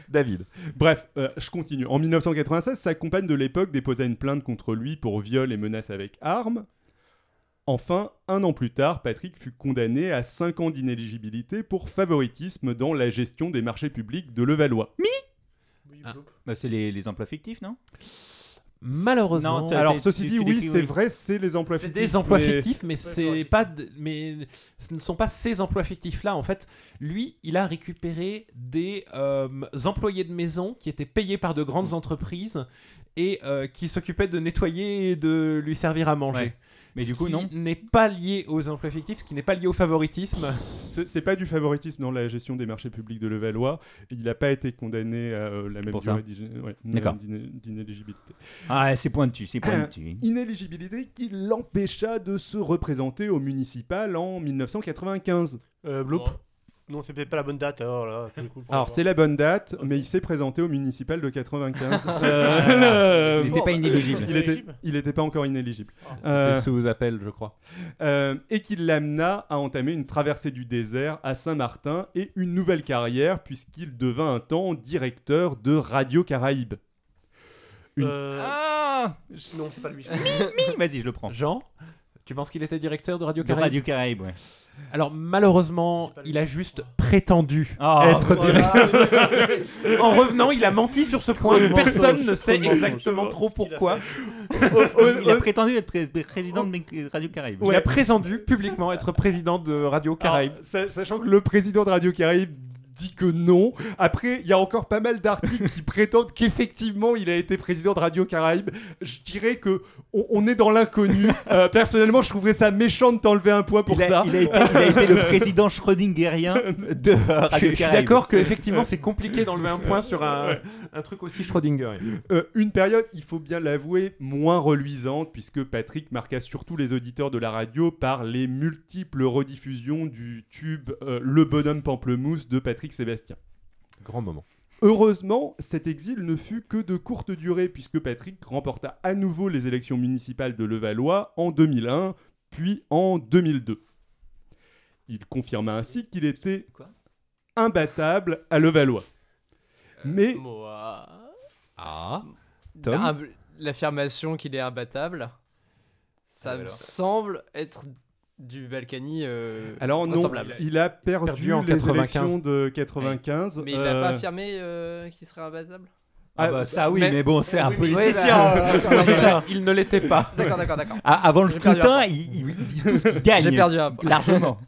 [SPEAKER 2] David.
[SPEAKER 3] Bref, euh, je continue. En 1996, sa compagne de l'époque déposa une plainte contre lui pour viol et menaces avec armes. Enfin, un an plus tard, Patrick fut condamné à 5 ans d'inéligibilité pour favoritisme dans la gestion des marchés publics de Levallois.
[SPEAKER 5] Oui,
[SPEAKER 2] Ah.
[SPEAKER 5] Bloop.
[SPEAKER 1] bah, c'est les, les emplois fictifs, non
[SPEAKER 2] Malheureusement,
[SPEAKER 1] Non, t'as-
[SPEAKER 3] Alors,
[SPEAKER 1] t'as-
[SPEAKER 3] ceci
[SPEAKER 1] tu-
[SPEAKER 3] dit,
[SPEAKER 1] tu
[SPEAKER 3] oui,
[SPEAKER 1] dis-
[SPEAKER 3] c'est vrai, c'est les emplois
[SPEAKER 2] c'est
[SPEAKER 3] fictifs.
[SPEAKER 2] des emplois
[SPEAKER 3] mais-
[SPEAKER 2] fictifs, mais c'est
[SPEAKER 5] fictifs.
[SPEAKER 2] pas de- mais ce ne sont pas ces emplois fictifs là. En fait, lui, il a récupéré des euh, employés de maison qui étaient payés par de grandes entreprises et euh, qui s'occupaient de nettoyer et de lui servir à manger.
[SPEAKER 1] Ouais. Mais
[SPEAKER 2] Ce
[SPEAKER 1] du coup,
[SPEAKER 2] qui
[SPEAKER 1] non.
[SPEAKER 2] n'est pas lié aux emplois fictifs, ce qui n'est pas lié au favoritisme.
[SPEAKER 3] C'est c'est pas du favoritisme dans la gestion des marchés publics de Levallois. Il n'a pas été condamné à euh, la même
[SPEAKER 1] Pour
[SPEAKER 3] durée
[SPEAKER 1] ça.
[SPEAKER 3] d'ig- ouais,
[SPEAKER 1] D'accord.
[SPEAKER 3] d'iné- d'inéligibilité.
[SPEAKER 1] Ah, c'est pointu, c'est pointu.
[SPEAKER 3] Inéligibilité qui l'empêcha de se représenter au municipal en 1995.
[SPEAKER 5] Euh, Bloop. Non, c'est peut-être pas la bonne date. Alors là, tout le coup, pour
[SPEAKER 3] Alors c'est
[SPEAKER 5] savoir.
[SPEAKER 3] la bonne date, mais il s'est présenté au municipal de 95.
[SPEAKER 1] Euh, Il n'était pas inéligible.
[SPEAKER 5] Il
[SPEAKER 3] il
[SPEAKER 5] est
[SPEAKER 3] était,
[SPEAKER 5] éligible
[SPEAKER 3] il était pas encore inéligible. Euh,
[SPEAKER 2] Ah, C'était sous appel, je crois.
[SPEAKER 3] euh, et qui l'amena à entamer une traversée du désert à Saint-Martin et une nouvelle carrière puisqu'il devint un temps directeur de Radio Caraïbes. une-
[SPEAKER 5] Euh,
[SPEAKER 1] Ah
[SPEAKER 5] je- Non, c'est pas lui. je-
[SPEAKER 1] Mi, Vas-y, je le prends.
[SPEAKER 2] Jean, tu penses qu'il était directeur de Radio
[SPEAKER 1] De
[SPEAKER 2] Caraïbes
[SPEAKER 1] Radio Caraïbes, ouais.
[SPEAKER 2] Alors malheureusement,
[SPEAKER 5] C'est pas le
[SPEAKER 2] il a
[SPEAKER 5] cas.
[SPEAKER 2] juste prétendu
[SPEAKER 1] Oh,
[SPEAKER 2] être
[SPEAKER 5] Voilà, mais c'est-
[SPEAKER 2] directeur. En revenant, il a menti sur ce point.
[SPEAKER 5] de
[SPEAKER 2] Personne
[SPEAKER 5] mensonges,
[SPEAKER 2] ne
[SPEAKER 5] trop de
[SPEAKER 2] sait
[SPEAKER 5] mensonges.
[SPEAKER 2] exactement trop
[SPEAKER 5] Ce qu'il a
[SPEAKER 2] pourquoi.
[SPEAKER 1] Il a prétendu être pré- pré- président de Mec- Radio Caraïbes.
[SPEAKER 2] Il a prétendu publiquement être président de Radio Caraïbes.
[SPEAKER 3] Alors, sa- sachant que le président de Radio Caraïbes dit que non. Après, il y a encore pas mal d'articles qui prétendent qu'effectivement il a été président de Radio Caraïbes. Je dirais que on, on est dans l'inconnu. Euh, personnellement, je trouverais ça méchant de t'enlever un point pour
[SPEAKER 1] il a,
[SPEAKER 3] ça.
[SPEAKER 1] il a été, il a été le président schrödingerien de euh,
[SPEAKER 2] Je,
[SPEAKER 1] Radio
[SPEAKER 2] je suis
[SPEAKER 1] Caraïbes.
[SPEAKER 2] d'accord que effectivement c'est compliqué d'enlever un point sur un, un truc aussi Schrödinger.
[SPEAKER 3] Euh, une période, il faut bien l'avouer, moins reluisante, puisque Patrick marqua surtout les auditeurs de la radio par les multiples rediffusions du tube euh, Le bonhomme pamplemousse de Patrick Sébastien.
[SPEAKER 2] Grand moment.
[SPEAKER 3] Heureusement, cet exil ne fut que de courte durée puisque Patrick remporta à nouveau les élections municipales de Levallois en 2001 puis en 2002. Il confirma ainsi qu'il était
[SPEAKER 1] Quoi
[SPEAKER 3] imbattable à Levallois.
[SPEAKER 4] Euh,
[SPEAKER 3] Mais
[SPEAKER 4] Moi.
[SPEAKER 2] Ah. Tom
[SPEAKER 4] Ah, L'affirmation qu'il est imbattable, ça me semble être du Balkany. euh,
[SPEAKER 3] alors non,
[SPEAKER 4] vraisemblable.
[SPEAKER 3] il a perdu,
[SPEAKER 2] Perdu en
[SPEAKER 3] les
[SPEAKER 2] 95.
[SPEAKER 3] élections de 95.
[SPEAKER 4] Mais il n'a pas
[SPEAKER 3] euh,
[SPEAKER 4] affirmé euh, qu'il serait imbattable
[SPEAKER 1] Ah bah, ça oui, mais,
[SPEAKER 4] Mais-
[SPEAKER 1] bon, c'est un
[SPEAKER 4] oui,
[SPEAKER 1] politicien.
[SPEAKER 4] bah, d'accord, d'accord,
[SPEAKER 2] Il ne l'était pas.
[SPEAKER 4] D'accord, d'accord, d'accord.
[SPEAKER 1] Ah, avant le
[SPEAKER 4] J'ai perdu un
[SPEAKER 1] scrutin,
[SPEAKER 4] point.
[SPEAKER 1] ils, ils disent tout ce qu'ils gagnent.
[SPEAKER 4] J'ai perdu un point.
[SPEAKER 1] Largement.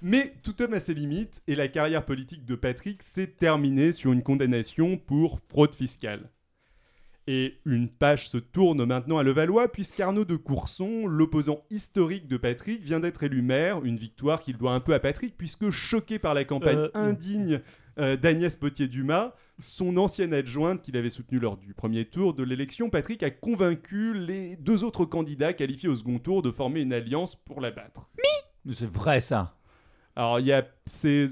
[SPEAKER 3] Mais tout homme a ses limites et la carrière politique de Patrick s'est terminée sur une condamnation pour fraude fiscale. Et une page se tourne maintenant à Levallois puisqu'Arnaud de Courson, l'opposant historique de Patrick, vient d'être élu maire, une victoire qu'il doit un peu à Patrick puisque choqué par la campagne
[SPEAKER 5] Euh,
[SPEAKER 3] indigne euh, d'Agnès Potier-Dumas, son ancienne adjointe qu'il avait soutenue lors du premier tour de l'élection, Patrick a convaincu les deux autres candidats qualifiés au second tour de former une alliance pour la battre.
[SPEAKER 1] C'est vrai ça.
[SPEAKER 3] Alors, il y a. C'est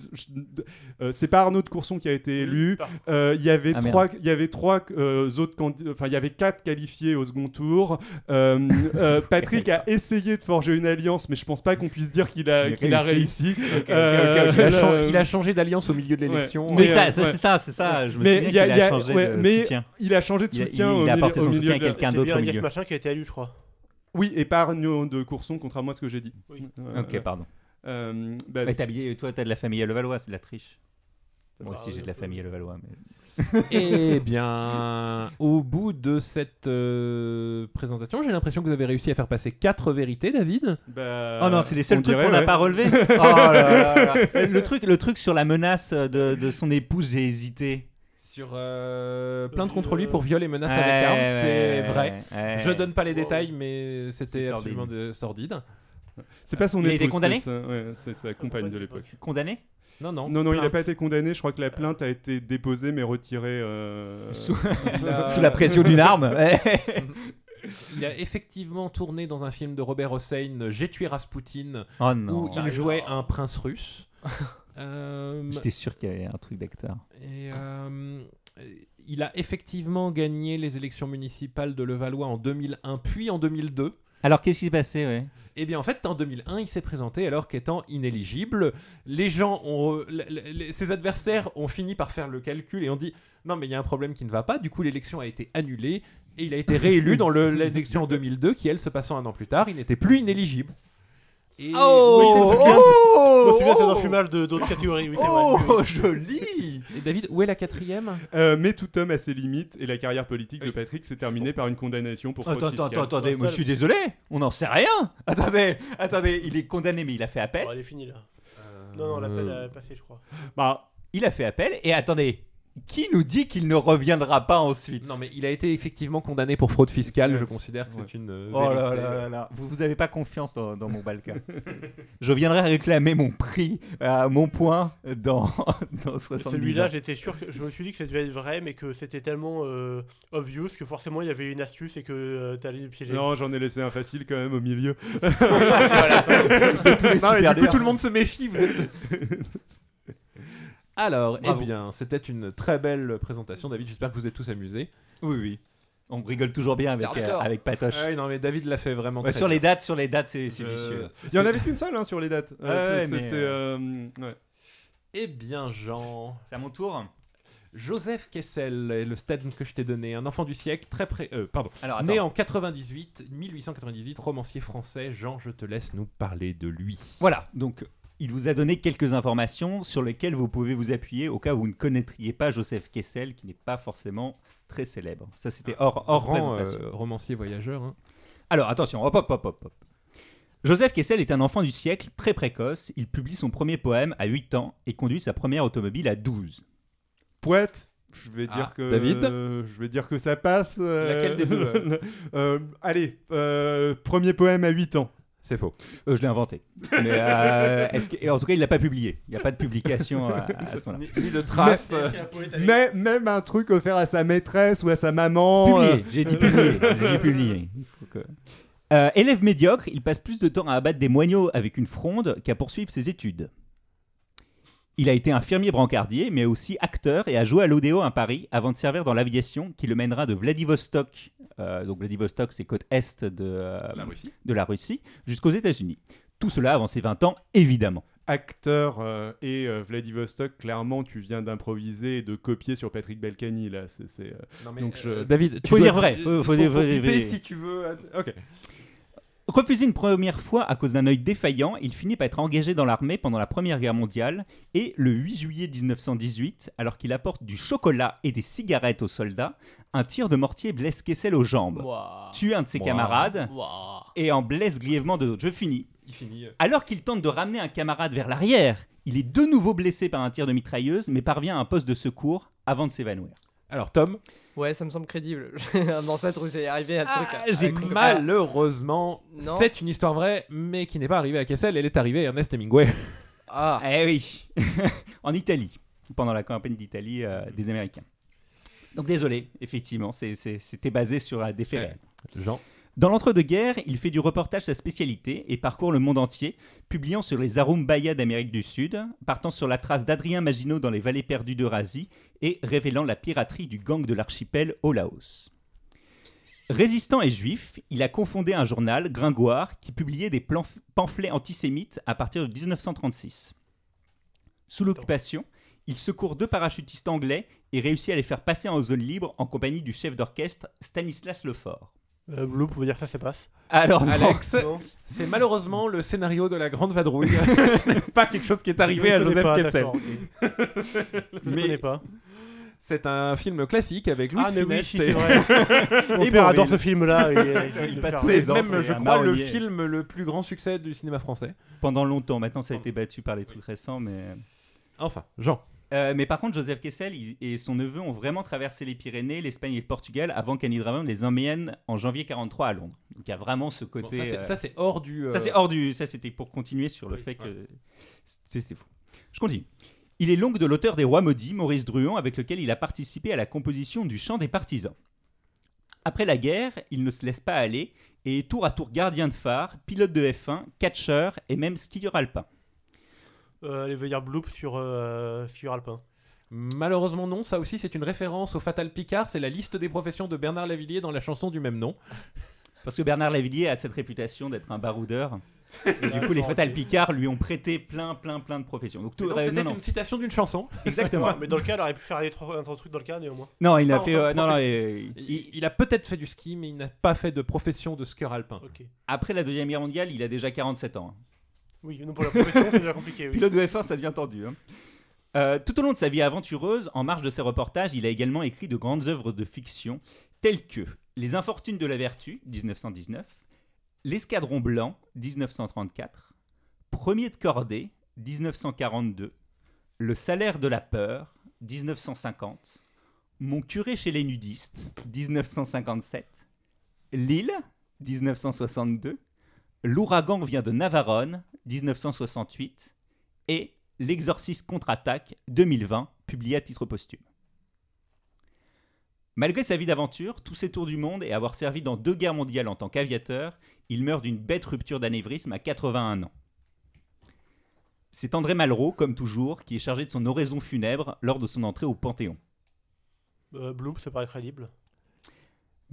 [SPEAKER 3] euh, c'est pas Arnaud de Courson qui a été élu.
[SPEAKER 5] Par-
[SPEAKER 3] Euh, Il y avait
[SPEAKER 1] Ah, merde.
[SPEAKER 3] trois, il y avait trois euh, autres candidats. Enfin, il y avait quatre qualifiés au second tour. Euh, euh, Patrick a essayé de forger une alliance, mais je pense pas qu'on puisse dire qu'il a,
[SPEAKER 1] Il a
[SPEAKER 3] qu'il a
[SPEAKER 1] réussi.
[SPEAKER 3] réussi.
[SPEAKER 2] Il
[SPEAKER 3] Euh,
[SPEAKER 2] a,
[SPEAKER 3] le-
[SPEAKER 2] chang- il a changé d'alliance au milieu de
[SPEAKER 3] Ouais.
[SPEAKER 2] l'élection.
[SPEAKER 1] Mais
[SPEAKER 3] Mais,
[SPEAKER 1] ça,
[SPEAKER 3] euh,
[SPEAKER 1] ça,
[SPEAKER 3] ouais.
[SPEAKER 1] c'est ça, c'est ça. Je me
[SPEAKER 3] Mais
[SPEAKER 1] souviens
[SPEAKER 3] il y
[SPEAKER 1] qu'il
[SPEAKER 3] a- il y
[SPEAKER 1] a
[SPEAKER 3] a-
[SPEAKER 1] changé
[SPEAKER 3] ouais,
[SPEAKER 1] de
[SPEAKER 3] mais-
[SPEAKER 1] soutien.
[SPEAKER 3] Il a changé de
[SPEAKER 1] Il a-
[SPEAKER 3] soutien
[SPEAKER 1] il
[SPEAKER 3] au,
[SPEAKER 1] a
[SPEAKER 3] milieu,
[SPEAKER 1] apporté
[SPEAKER 3] au
[SPEAKER 1] son
[SPEAKER 3] milieu
[SPEAKER 1] soutien à
[SPEAKER 3] de la-
[SPEAKER 1] quelqu'un
[SPEAKER 5] c'est
[SPEAKER 1] d'autre
[SPEAKER 5] bien
[SPEAKER 1] au
[SPEAKER 5] Agnès
[SPEAKER 1] milieu.
[SPEAKER 5] Machin qui a été élu, je crois.
[SPEAKER 3] Oui, et pas Arnaud de Courson, contrairement à ce que j'ai dit.
[SPEAKER 5] Oui.
[SPEAKER 3] Euh,
[SPEAKER 1] Ok, pardon.
[SPEAKER 3] euh, bah,
[SPEAKER 1] Ouais, t'as habillé- toi, t'as de la famille à Levallois, c'est de la triche. Moi
[SPEAKER 5] va,
[SPEAKER 1] aussi,
[SPEAKER 5] oui,
[SPEAKER 1] j'ai
[SPEAKER 3] Ah,
[SPEAKER 1] de la famille à Levallois. mais-
[SPEAKER 2] Eh bien, au bout de cette euh, présentation, j'ai l'impression que vous avez réussi à faire passer quatre vérités, David.
[SPEAKER 3] bah,
[SPEAKER 1] Oh non, c'est les
[SPEAKER 3] on
[SPEAKER 1] seuls trucs
[SPEAKER 3] dirait,
[SPEAKER 1] qu'on n'a
[SPEAKER 3] ouais.
[SPEAKER 1] pas relevés. Oh là là là là. Le truc, le truc sur la menace de, de son épouse, j'ai hésité.
[SPEAKER 2] Sur euh, plainte contre lui pour viol et menaces
[SPEAKER 1] Ouais,
[SPEAKER 2] avec armes,
[SPEAKER 1] ouais,
[SPEAKER 2] c'est vrai.
[SPEAKER 1] ouais.
[SPEAKER 2] Je donne pas les
[SPEAKER 5] Wow.
[SPEAKER 2] détails, mais c'était
[SPEAKER 1] C'est sordide.
[SPEAKER 2] absolument de- sordide.
[SPEAKER 3] C'est pas son
[SPEAKER 1] Il a
[SPEAKER 3] épouse.
[SPEAKER 1] été condamné
[SPEAKER 3] c'est sa- ouais, C'est sa compagne de l'époque.
[SPEAKER 1] Condamné
[SPEAKER 2] Non, non.
[SPEAKER 3] Non, non, il n'a
[SPEAKER 2] plainte.
[SPEAKER 3] pas été condamné. Je crois que la plainte a été déposée mais retirée. euh,
[SPEAKER 1] Sous-
[SPEAKER 2] Il a-
[SPEAKER 1] Sous la pression d'une arme. Ouais.
[SPEAKER 2] il a effectivement tourné dans un film de Robert Hossein, J'ai tué Rasputin,
[SPEAKER 1] Oh non.
[SPEAKER 2] où il jouait un prince russe. Euh,
[SPEAKER 1] J'étais sûr qu'il y avait un truc d'acteur.
[SPEAKER 2] et, euh, il a effectivement gagné les élections municipales de Levallois en 2001, puis en 2002.
[SPEAKER 1] Alors qu'est-ce qui s'est passé ouais
[SPEAKER 2] Eh bien, en fait, en 2001, il s'est présenté alors qu'étant inéligible, les gens ont. re- l- l- les- ses adversaires ont fini par faire le calcul et ont dit Non, mais il y a un problème qui ne va pas. Du coup, l'élection a été annulée et il a été réélu dans le- l'élection en 2002, qui, elle, se passant un an plus tard, il n'était plus inéligible. Et-
[SPEAKER 5] Oh,
[SPEAKER 2] Oui,
[SPEAKER 5] Je me souviens, c'est
[SPEAKER 1] oh,
[SPEAKER 5] un fumage de- d'autres catégories, oui, c'est vrai. oui, oui. Oh
[SPEAKER 1] joli
[SPEAKER 2] c'est- Et David, où est la quatrième
[SPEAKER 3] Euh, mais tout homme a ses limites et la carrière politique de
[SPEAKER 2] Oui.
[SPEAKER 3] Patrick s'est terminée par une condamnation pour fraude
[SPEAKER 1] Attends, attends,
[SPEAKER 3] fiscale.
[SPEAKER 1] attends, attendez, moi je suis désolé, on n'en sait rien Attendez, attendez, il est condamné mais il a fait appel,
[SPEAKER 5] Bon, elle est finie là. Non, non, l'appel
[SPEAKER 2] Euh,
[SPEAKER 5] a passé, je crois.
[SPEAKER 3] Bah,
[SPEAKER 1] il a fait appel, et attendez, qui nous dit qu'il ne reviendra pas ensuite
[SPEAKER 2] Non, mais il a été effectivement condamné pour fraude fiscale.
[SPEAKER 3] C'est-
[SPEAKER 2] Je considère que
[SPEAKER 3] Ouais.
[SPEAKER 2] c'est une. euh,
[SPEAKER 1] Oh là
[SPEAKER 2] vérité.
[SPEAKER 1] là là là, vous, vous avez pas confiance dans, dans mon balcon. je viendrai réclamer mon prix, euh, mon point dans, dans 70
[SPEAKER 5] Celui-là,
[SPEAKER 1] ans.
[SPEAKER 5] j'étais sûr que je me suis dit que ça devait être vrai, mais que c'était tellement euh, obvious que forcément il y avait une astuce et que euh, t'allais le piéger.
[SPEAKER 3] non, j'en ai laissé un facile quand même au milieu.
[SPEAKER 1] tous les
[SPEAKER 2] Non, mais
[SPEAKER 1] super
[SPEAKER 2] du coup,
[SPEAKER 1] durs.
[SPEAKER 2] tout le monde se méfie. Vous êtes... Alors, eh
[SPEAKER 1] Bravo.
[SPEAKER 2] bien, c'était une très belle présentation, David. J'espère que vous êtes tous amusés.
[SPEAKER 1] Oui, oui. On rigole toujours bien avec,
[SPEAKER 4] C'est
[SPEAKER 1] euh,
[SPEAKER 4] hardcore.
[SPEAKER 1] avec Patoche.
[SPEAKER 2] Ah oui, non, mais David l'a fait vraiment.
[SPEAKER 1] Ouais,
[SPEAKER 2] très
[SPEAKER 1] sur les
[SPEAKER 2] bien.
[SPEAKER 1] dates, sur les dates, c'est c'est
[SPEAKER 2] Je-
[SPEAKER 1] vicieux.
[SPEAKER 3] Il y en avait qu'une seule hein, sur les dates. Euh,
[SPEAKER 1] Ouais,
[SPEAKER 3] c'est-
[SPEAKER 1] mais,
[SPEAKER 3] C'était. euh, ouais.
[SPEAKER 2] Eh bien, Jean.
[SPEAKER 1] C'est à mon tour.
[SPEAKER 2] Joseph Kessel est le stade que je t'ai donné. Un enfant du siècle, très près. euh, pardon.
[SPEAKER 1] Alors, attends.
[SPEAKER 2] Né en 98, 1898, romancier français. Jean, je te laisse nous parler de lui.
[SPEAKER 1] Voilà, donc il vous a donné quelques informations sur lesquelles vous pouvez vous appuyer au cas où vous ne connaîtriez pas Joseph Kessel, qui n'est pas forcément très célèbre. Ça, c'était hors, hors
[SPEAKER 2] Grand
[SPEAKER 1] présentation.
[SPEAKER 2] euh, romancier voyageur. hein.
[SPEAKER 1] Alors attention, hop hop hop hop. hop. Joseph Kessel est un enfant du siècle, très précoce. Il publie son premier poème à 8 ans et conduit sa première automobile à 12.
[SPEAKER 3] Poète, je vais
[SPEAKER 2] Ah,
[SPEAKER 3] dire que.
[SPEAKER 2] David
[SPEAKER 3] euh, je vais dire que ça passe. euh,
[SPEAKER 2] Laquelle des deux, euh
[SPEAKER 3] euh, Allez, euh, premier poème à 8 ans.
[SPEAKER 2] C'est faux.
[SPEAKER 1] Euh, je l'ai inventé. Mais euh, est-ce que- et en tout cas, il l'a pas publié. Il n'y a pas de publication à, à ce moment-là.
[SPEAKER 2] Ni, ni de traces. euh,
[SPEAKER 3] Mais même un truc offert à sa maîtresse ou à sa maman. euh,
[SPEAKER 2] Euh,
[SPEAKER 1] Publié, j'ai dit publié. j'ai dit publié. Il faut que- Euh, élève médiocre, il passe plus de temps à abattre des moignons avec une fronde qu'à poursuivre ses études. Il a été infirmier brancardier, mais aussi acteur et a joué à l'Odéo à Paris avant de servir dans l'aviation qui le mènera de Vladivostok, euh, donc Vladivostok c'est côte est de, euh,
[SPEAKER 2] La Russie.
[SPEAKER 1] de la Russie, jusqu'aux États-Unis. Tout cela avant ses 20 ans, évidemment.
[SPEAKER 3] acteur euh, et euh, Vladivostok, clairement, tu viens d'improviser et de copier sur Patrick Balkany. Là, c'est, c'est, euh,
[SPEAKER 2] Non, mais,
[SPEAKER 3] Donc, je-
[SPEAKER 2] euh, David, tu
[SPEAKER 1] Faut
[SPEAKER 2] dois-
[SPEAKER 1] dire vrai, faut- faut-
[SPEAKER 2] Faut-
[SPEAKER 1] faut-
[SPEAKER 2] faut
[SPEAKER 1] faut-
[SPEAKER 2] piper
[SPEAKER 1] faut-
[SPEAKER 2] si tu veux. ad- Ok.
[SPEAKER 1] Refusé une première fois à cause d'un œil défaillant, il finit par être engagé dans l'armée pendant la Première Guerre mondiale et le 8 juillet 1918, alors qu'il apporte du chocolat et des cigarettes aux soldats, un tir de mortier blesse Kessel aux jambes,
[SPEAKER 4] Waouh.
[SPEAKER 2] bah.
[SPEAKER 1] tue un de ses
[SPEAKER 2] Wow.
[SPEAKER 1] camarades
[SPEAKER 4] Waouh.
[SPEAKER 1] et en blesse grièvement deux autres. Je finis.
[SPEAKER 2] Il finit. euh,
[SPEAKER 1] Alors qu'il tente de ramener un camarade vers l'arrière, il est de nouveau blessé par un tir de mitrailleuse mais parvient à un poste de secours avant de s'évanouir.
[SPEAKER 2] Alors, Tom,
[SPEAKER 4] Ouais, ça me semble crédible. un ancêtre où c'est arrivé un truc.
[SPEAKER 1] Ah,
[SPEAKER 4] un
[SPEAKER 1] j'ai
[SPEAKER 4] truc comme ça.
[SPEAKER 2] malheureusement,
[SPEAKER 4] Non.
[SPEAKER 2] c'est une histoire vraie, mais qui n'est pas arrivée à Kessel, elle est arrivée à Ernest Hemingway.
[SPEAKER 4] Ah.
[SPEAKER 1] Eh oui, en Italie, pendant la campagne d'Italie euh, des Américains. Donc désolé, effectivement, c'est- c'est- c'était basé sur euh, des faits
[SPEAKER 2] Ouais.
[SPEAKER 1] réels.
[SPEAKER 2] Jean.
[SPEAKER 1] Dans l'entre-deux-guerres, il fait du reportage sa spécialité et parcourt le monde entier, publiant sur les Arumbaya d'Amérique du Sud, partant sur la trace d'Adrien Maginot dans les vallées perdues d'Eurasie et révélant la piraterie du gang de l'archipel au Laos. Résistant et juif, il a confondé un journal, Gringoire, qui publiait des plan- pamphlets antisémites à partir de 1936. Sous l'occupation, il secourt deux parachutistes anglais et réussit à les faire passer en zone libre en compagnie du chef d'orchestre Stanislas Lefort.
[SPEAKER 5] Euh, Blue, pouvez dire ça, ça passe.
[SPEAKER 1] Alors, non.
[SPEAKER 2] Alex,
[SPEAKER 5] Oh, Non.
[SPEAKER 2] c'est malheureusement le scénario de la Grande Vadrouille. Ce n'est pas quelque chose qui est arrivé
[SPEAKER 5] Je
[SPEAKER 2] à
[SPEAKER 5] ne connais
[SPEAKER 2] Joseph
[SPEAKER 5] pas,
[SPEAKER 2] Kessel.
[SPEAKER 5] d'accord, ok. Je ne
[SPEAKER 2] Mais-
[SPEAKER 5] connais pas.
[SPEAKER 2] C'est un film classique avec Louis
[SPEAKER 5] Ah,
[SPEAKER 2] de
[SPEAKER 5] mais oui,
[SPEAKER 2] Funès,
[SPEAKER 5] si,
[SPEAKER 2] et-
[SPEAKER 5] c'est vrai. Mon
[SPEAKER 1] Et
[SPEAKER 5] père adore
[SPEAKER 1] Bourvil.
[SPEAKER 5] ce film-là. et- et-
[SPEAKER 1] Il
[SPEAKER 5] le
[SPEAKER 1] passe
[SPEAKER 5] faire.
[SPEAKER 1] ses-
[SPEAKER 2] c'est
[SPEAKER 1] Présent,
[SPEAKER 2] même,
[SPEAKER 1] c'est
[SPEAKER 2] je
[SPEAKER 5] Ah,
[SPEAKER 1] un
[SPEAKER 2] crois, le
[SPEAKER 1] marronnier.
[SPEAKER 2] film le plus grand succès du cinéma français.
[SPEAKER 1] pendant longtemps. Maintenant, ça a été battu par les trucs récents, mais.
[SPEAKER 2] Enfin, Jean.
[SPEAKER 1] Euh, mais par contre, Joseph Kessel il- et son neveu ont vraiment traversé les Pyrénées, l'Espagne et le Portugal avant qu'Annie Drummond les emmène en janvier 43 à Londres. Donc il y a vraiment ce
[SPEAKER 2] Bon, ça,
[SPEAKER 1] côté.
[SPEAKER 2] c'est-
[SPEAKER 1] euh,
[SPEAKER 2] ça, c'est hors du. euh,
[SPEAKER 1] ça, c'est hors du. Ça, c'était pour continuer sur le
[SPEAKER 2] Oui,
[SPEAKER 1] fait que. C'était fou. Je continue. Il est l'oncle de l'auteur des Rois Maudits, Maurice Druon, avec lequel il a participé à la composition du Chant des Partisans. Après la guerre, il ne se laisse pas aller et est tour à tour gardien de phare, pilote de F1, catcheur et même skieur alpin.
[SPEAKER 5] Euh, allez, veut dire Bloop sur, euh, sur Alpin.
[SPEAKER 2] Malheureusement non, ça aussi c'est une référence au Fatal Picard, c'est la liste des professions de Bernard Lavillier dans la chanson du même nom.
[SPEAKER 1] Parce que Bernard Lavillier a cette réputation d'être un baroudeur. Et du coup, les Fatal Picard lui ont prêté plein, plein, plein de professions. Donc, tout,
[SPEAKER 2] Donc,
[SPEAKER 1] euh,
[SPEAKER 2] C'était
[SPEAKER 1] non, non,
[SPEAKER 2] une citation d'une chanson.
[SPEAKER 1] exactement.
[SPEAKER 5] Mais dans le cas, elle aurait pu faire les trois- un truc dans le cas, néanmoins.
[SPEAKER 1] Non, il a
[SPEAKER 2] Non,
[SPEAKER 1] fait.
[SPEAKER 2] en tant
[SPEAKER 1] euh,
[SPEAKER 2] que
[SPEAKER 1] non, non,
[SPEAKER 2] profession-
[SPEAKER 1] euh,
[SPEAKER 2] Il,
[SPEAKER 1] il-
[SPEAKER 2] il a peut-être fait du ski, mais il n'a pas fait de profession de skieur alpin.
[SPEAKER 5] Ok.
[SPEAKER 1] après la Deuxième Guerre mondiale, il a déjà 47 ans.
[SPEAKER 5] Oui, non, pour la profession, c'est déjà compliqué. Oui.
[SPEAKER 1] Pilote de F1, ça devient tendu. hein. Euh, tout au long de sa vie aventureuse, en marge de ses reportages, il a également écrit de grandes œuvres de fiction, telles que Les Infortunes de la Vertu, 1919, L'Escadron Blanc, 1934, Premier de Cordée, 1942, Le Salaire de la Peur, 1950, Mon curé chez les nudistes, 1957, L'île, 1962, L'ouragan vient de Navarone, 1968, et L'exorciste contre-attaque, 2020, publié à titre posthume. Malgré sa vie d'aventure, tous ses tours du monde et avoir servi dans deux guerres mondiales en tant qu'aviateur, il meurt d'une bête rupture d'anévrisme à 81 ans. C'est André Malraux, comme toujours, qui est chargé de son oraison funèbre lors de son entrée au Panthéon.
[SPEAKER 5] Euh, Bloop, ça paraît crédible.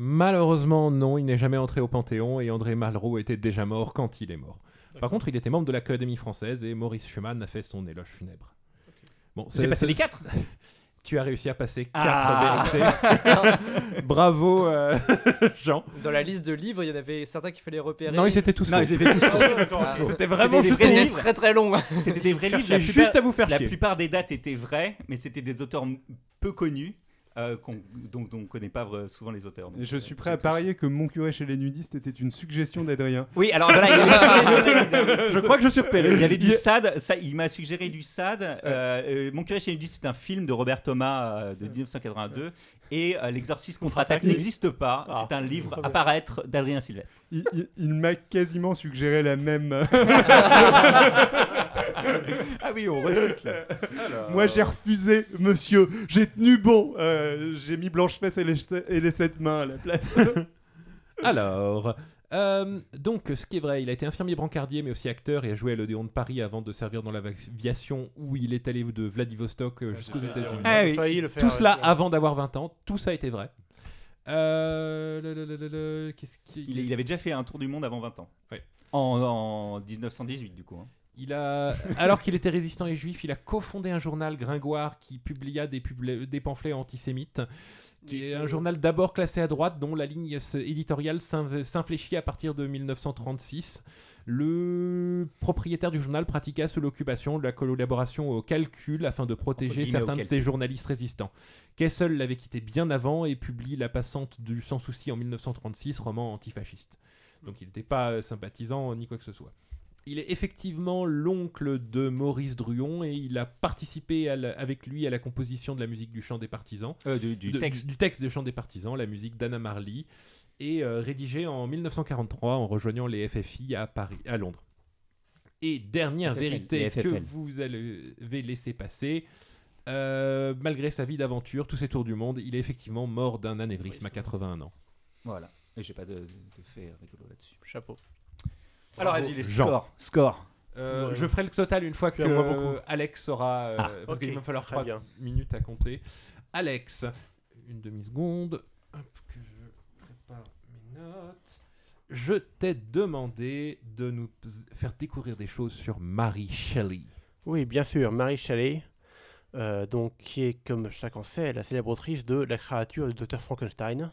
[SPEAKER 2] Malheureusement, non, il n'est jamais entré au Panthéon et André Malraux était déjà mort quand il est mort. Par contre, il était membre de l'Académie française et Maurice Schumann a fait son éloge funèbre. Bon, c'est-
[SPEAKER 1] J'ai passé
[SPEAKER 2] c'est-
[SPEAKER 1] les quatre
[SPEAKER 2] Tu as réussi à passer quatre
[SPEAKER 1] Ah.
[SPEAKER 2] vérités. Bravo, euh, Jean.
[SPEAKER 6] Dans la liste de livres, il y en avait certains qu'il fallait repérer.
[SPEAKER 2] Non, ils étaient tous faux.
[SPEAKER 1] étaient tous
[SPEAKER 5] Ah ouais, d'accord.
[SPEAKER 6] Ah,
[SPEAKER 2] C'était vraiment
[SPEAKER 1] des
[SPEAKER 2] juste
[SPEAKER 1] vrais
[SPEAKER 2] au-
[SPEAKER 6] C'était
[SPEAKER 1] livres.
[SPEAKER 6] très très long.
[SPEAKER 1] C'était des vrais livres.
[SPEAKER 2] J'ai
[SPEAKER 1] la plupart-
[SPEAKER 2] juste à vous faire
[SPEAKER 1] La
[SPEAKER 2] chier.
[SPEAKER 1] plupart des dates étaient vraies, mais c'était des auteurs m- peu connus, euh, qu'on- dont dont on ne connaît pas euh, souvent les auteurs. donc,
[SPEAKER 3] Je
[SPEAKER 1] euh,
[SPEAKER 3] suis prêt à parier que Mon curé chez les nudistes était une suggestion d'Adrien.
[SPEAKER 1] Oui, alors voilà, il y avait-
[SPEAKER 2] Je crois que je suis repéré.
[SPEAKER 1] il y avait du SAD, ça, il m'a suggéré du SAD. euh, euh, Mon curé chez Nudis, c'est un film de Robert Thomas euh, de 1982, et euh, L'exorciste contre-attaque n'existe pas,
[SPEAKER 5] Ah,
[SPEAKER 1] c'est un livre
[SPEAKER 5] très bien.
[SPEAKER 1] à paraître d'Adrien Sylvestre.
[SPEAKER 3] Il, il- il m'a quasiment suggéré la même. euh,
[SPEAKER 1] Ah oui, on recycle. Ah.
[SPEAKER 3] Moi, j'ai refusé, monsieur. J'ai tenu bon. Euh, j'ai mis Blanche-Fesse et, les- et les sept mains à la place.
[SPEAKER 2] Alors, euh, donc, ce qui est vrai, il a été infirmier brancardier, mais aussi acteur et a joué à l'Odéon de Paris avant de servir dans l'aviation où il est allé de Vladivostok euh, jusqu'aux États-Unis.
[SPEAKER 1] Ah
[SPEAKER 5] J'ai
[SPEAKER 1] oui.
[SPEAKER 5] failli le faire. euh,
[SPEAKER 2] Tout
[SPEAKER 5] ouais,
[SPEAKER 2] cela
[SPEAKER 5] c'est vrai.
[SPEAKER 2] avant d'avoir 20 ans, tout ça était vrai. Euh, le, le, le, le, le, qu'est-ce qu'il-
[SPEAKER 1] Il, il avait déjà fait un tour du monde avant 20 ans.
[SPEAKER 2] Ouais.
[SPEAKER 1] En, en 1918, du coup. hein.
[SPEAKER 2] Il a, alors qu'il était résistant et juif, il a cofondé un journal Gringoire qui publia des, publi- des pamphlets antisémites, qui est un journal d'abord classé à droite, dont la ligne s- éditoriale s'in- s'infléchit à partir de 1936. Le propriétaire du journal pratiqua sous l'occupation de la collaboration au calcul afin de protéger
[SPEAKER 1] guillemets, au
[SPEAKER 2] certains de
[SPEAKER 1] calcul.
[SPEAKER 2] ses journalistes résistants. Kessel l'avait quitté bien avant et publie La passante du Sans souci en 1936, roman antifasciste. Donc il n'était pas euh, sympathisant euh, ni quoi que ce soit. Il est effectivement l'oncle de Maurice Druon et il a participé à la- avec lui à la composition de la musique du chant des partisans,
[SPEAKER 1] Euh, du, du
[SPEAKER 2] de-
[SPEAKER 1] texte.
[SPEAKER 2] du texte des chants des partisans, la musique d'Anna Marley, et euh, rédigé en 1943 en rejoignant les FFI à Paris, à Londres. Et dernière
[SPEAKER 1] FFL, les
[SPEAKER 2] vérité que
[SPEAKER 1] FFL.
[SPEAKER 2] vous avez laissé passer, euh, malgré sa vie d'aventure, tous ses tours du monde, il est effectivement mort d'un anévrisme à 81 ans.
[SPEAKER 1] Voilà. Et j'ai pas de, de, de fait rigolo là-dessus.
[SPEAKER 6] Chapeau.
[SPEAKER 1] Alors,
[SPEAKER 5] Bravo.
[SPEAKER 1] vas-y, les
[SPEAKER 2] Jean.
[SPEAKER 1] scores. Score.
[SPEAKER 2] Euh,
[SPEAKER 5] Voilà.
[SPEAKER 2] Je ferai le total une fois que
[SPEAKER 5] Clairement beaucoup.
[SPEAKER 2] euh, Alex aura. euh,
[SPEAKER 1] Ah,
[SPEAKER 2] parce
[SPEAKER 5] ok,
[SPEAKER 2] qu'il va me falloir
[SPEAKER 5] très
[SPEAKER 2] 3
[SPEAKER 5] bien.
[SPEAKER 2] minutes à compter. Alex, une demi-seconde. Hop, que je prépare mes notes. Je t'ai demandé de nous z- faire découvrir des choses sur Mary Shelley.
[SPEAKER 5] Oui, bien sûr, Marie Chalet, euh, donc, qui est, comme chacun sait, la célèbre autrice de La créature du docteur Frankenstein.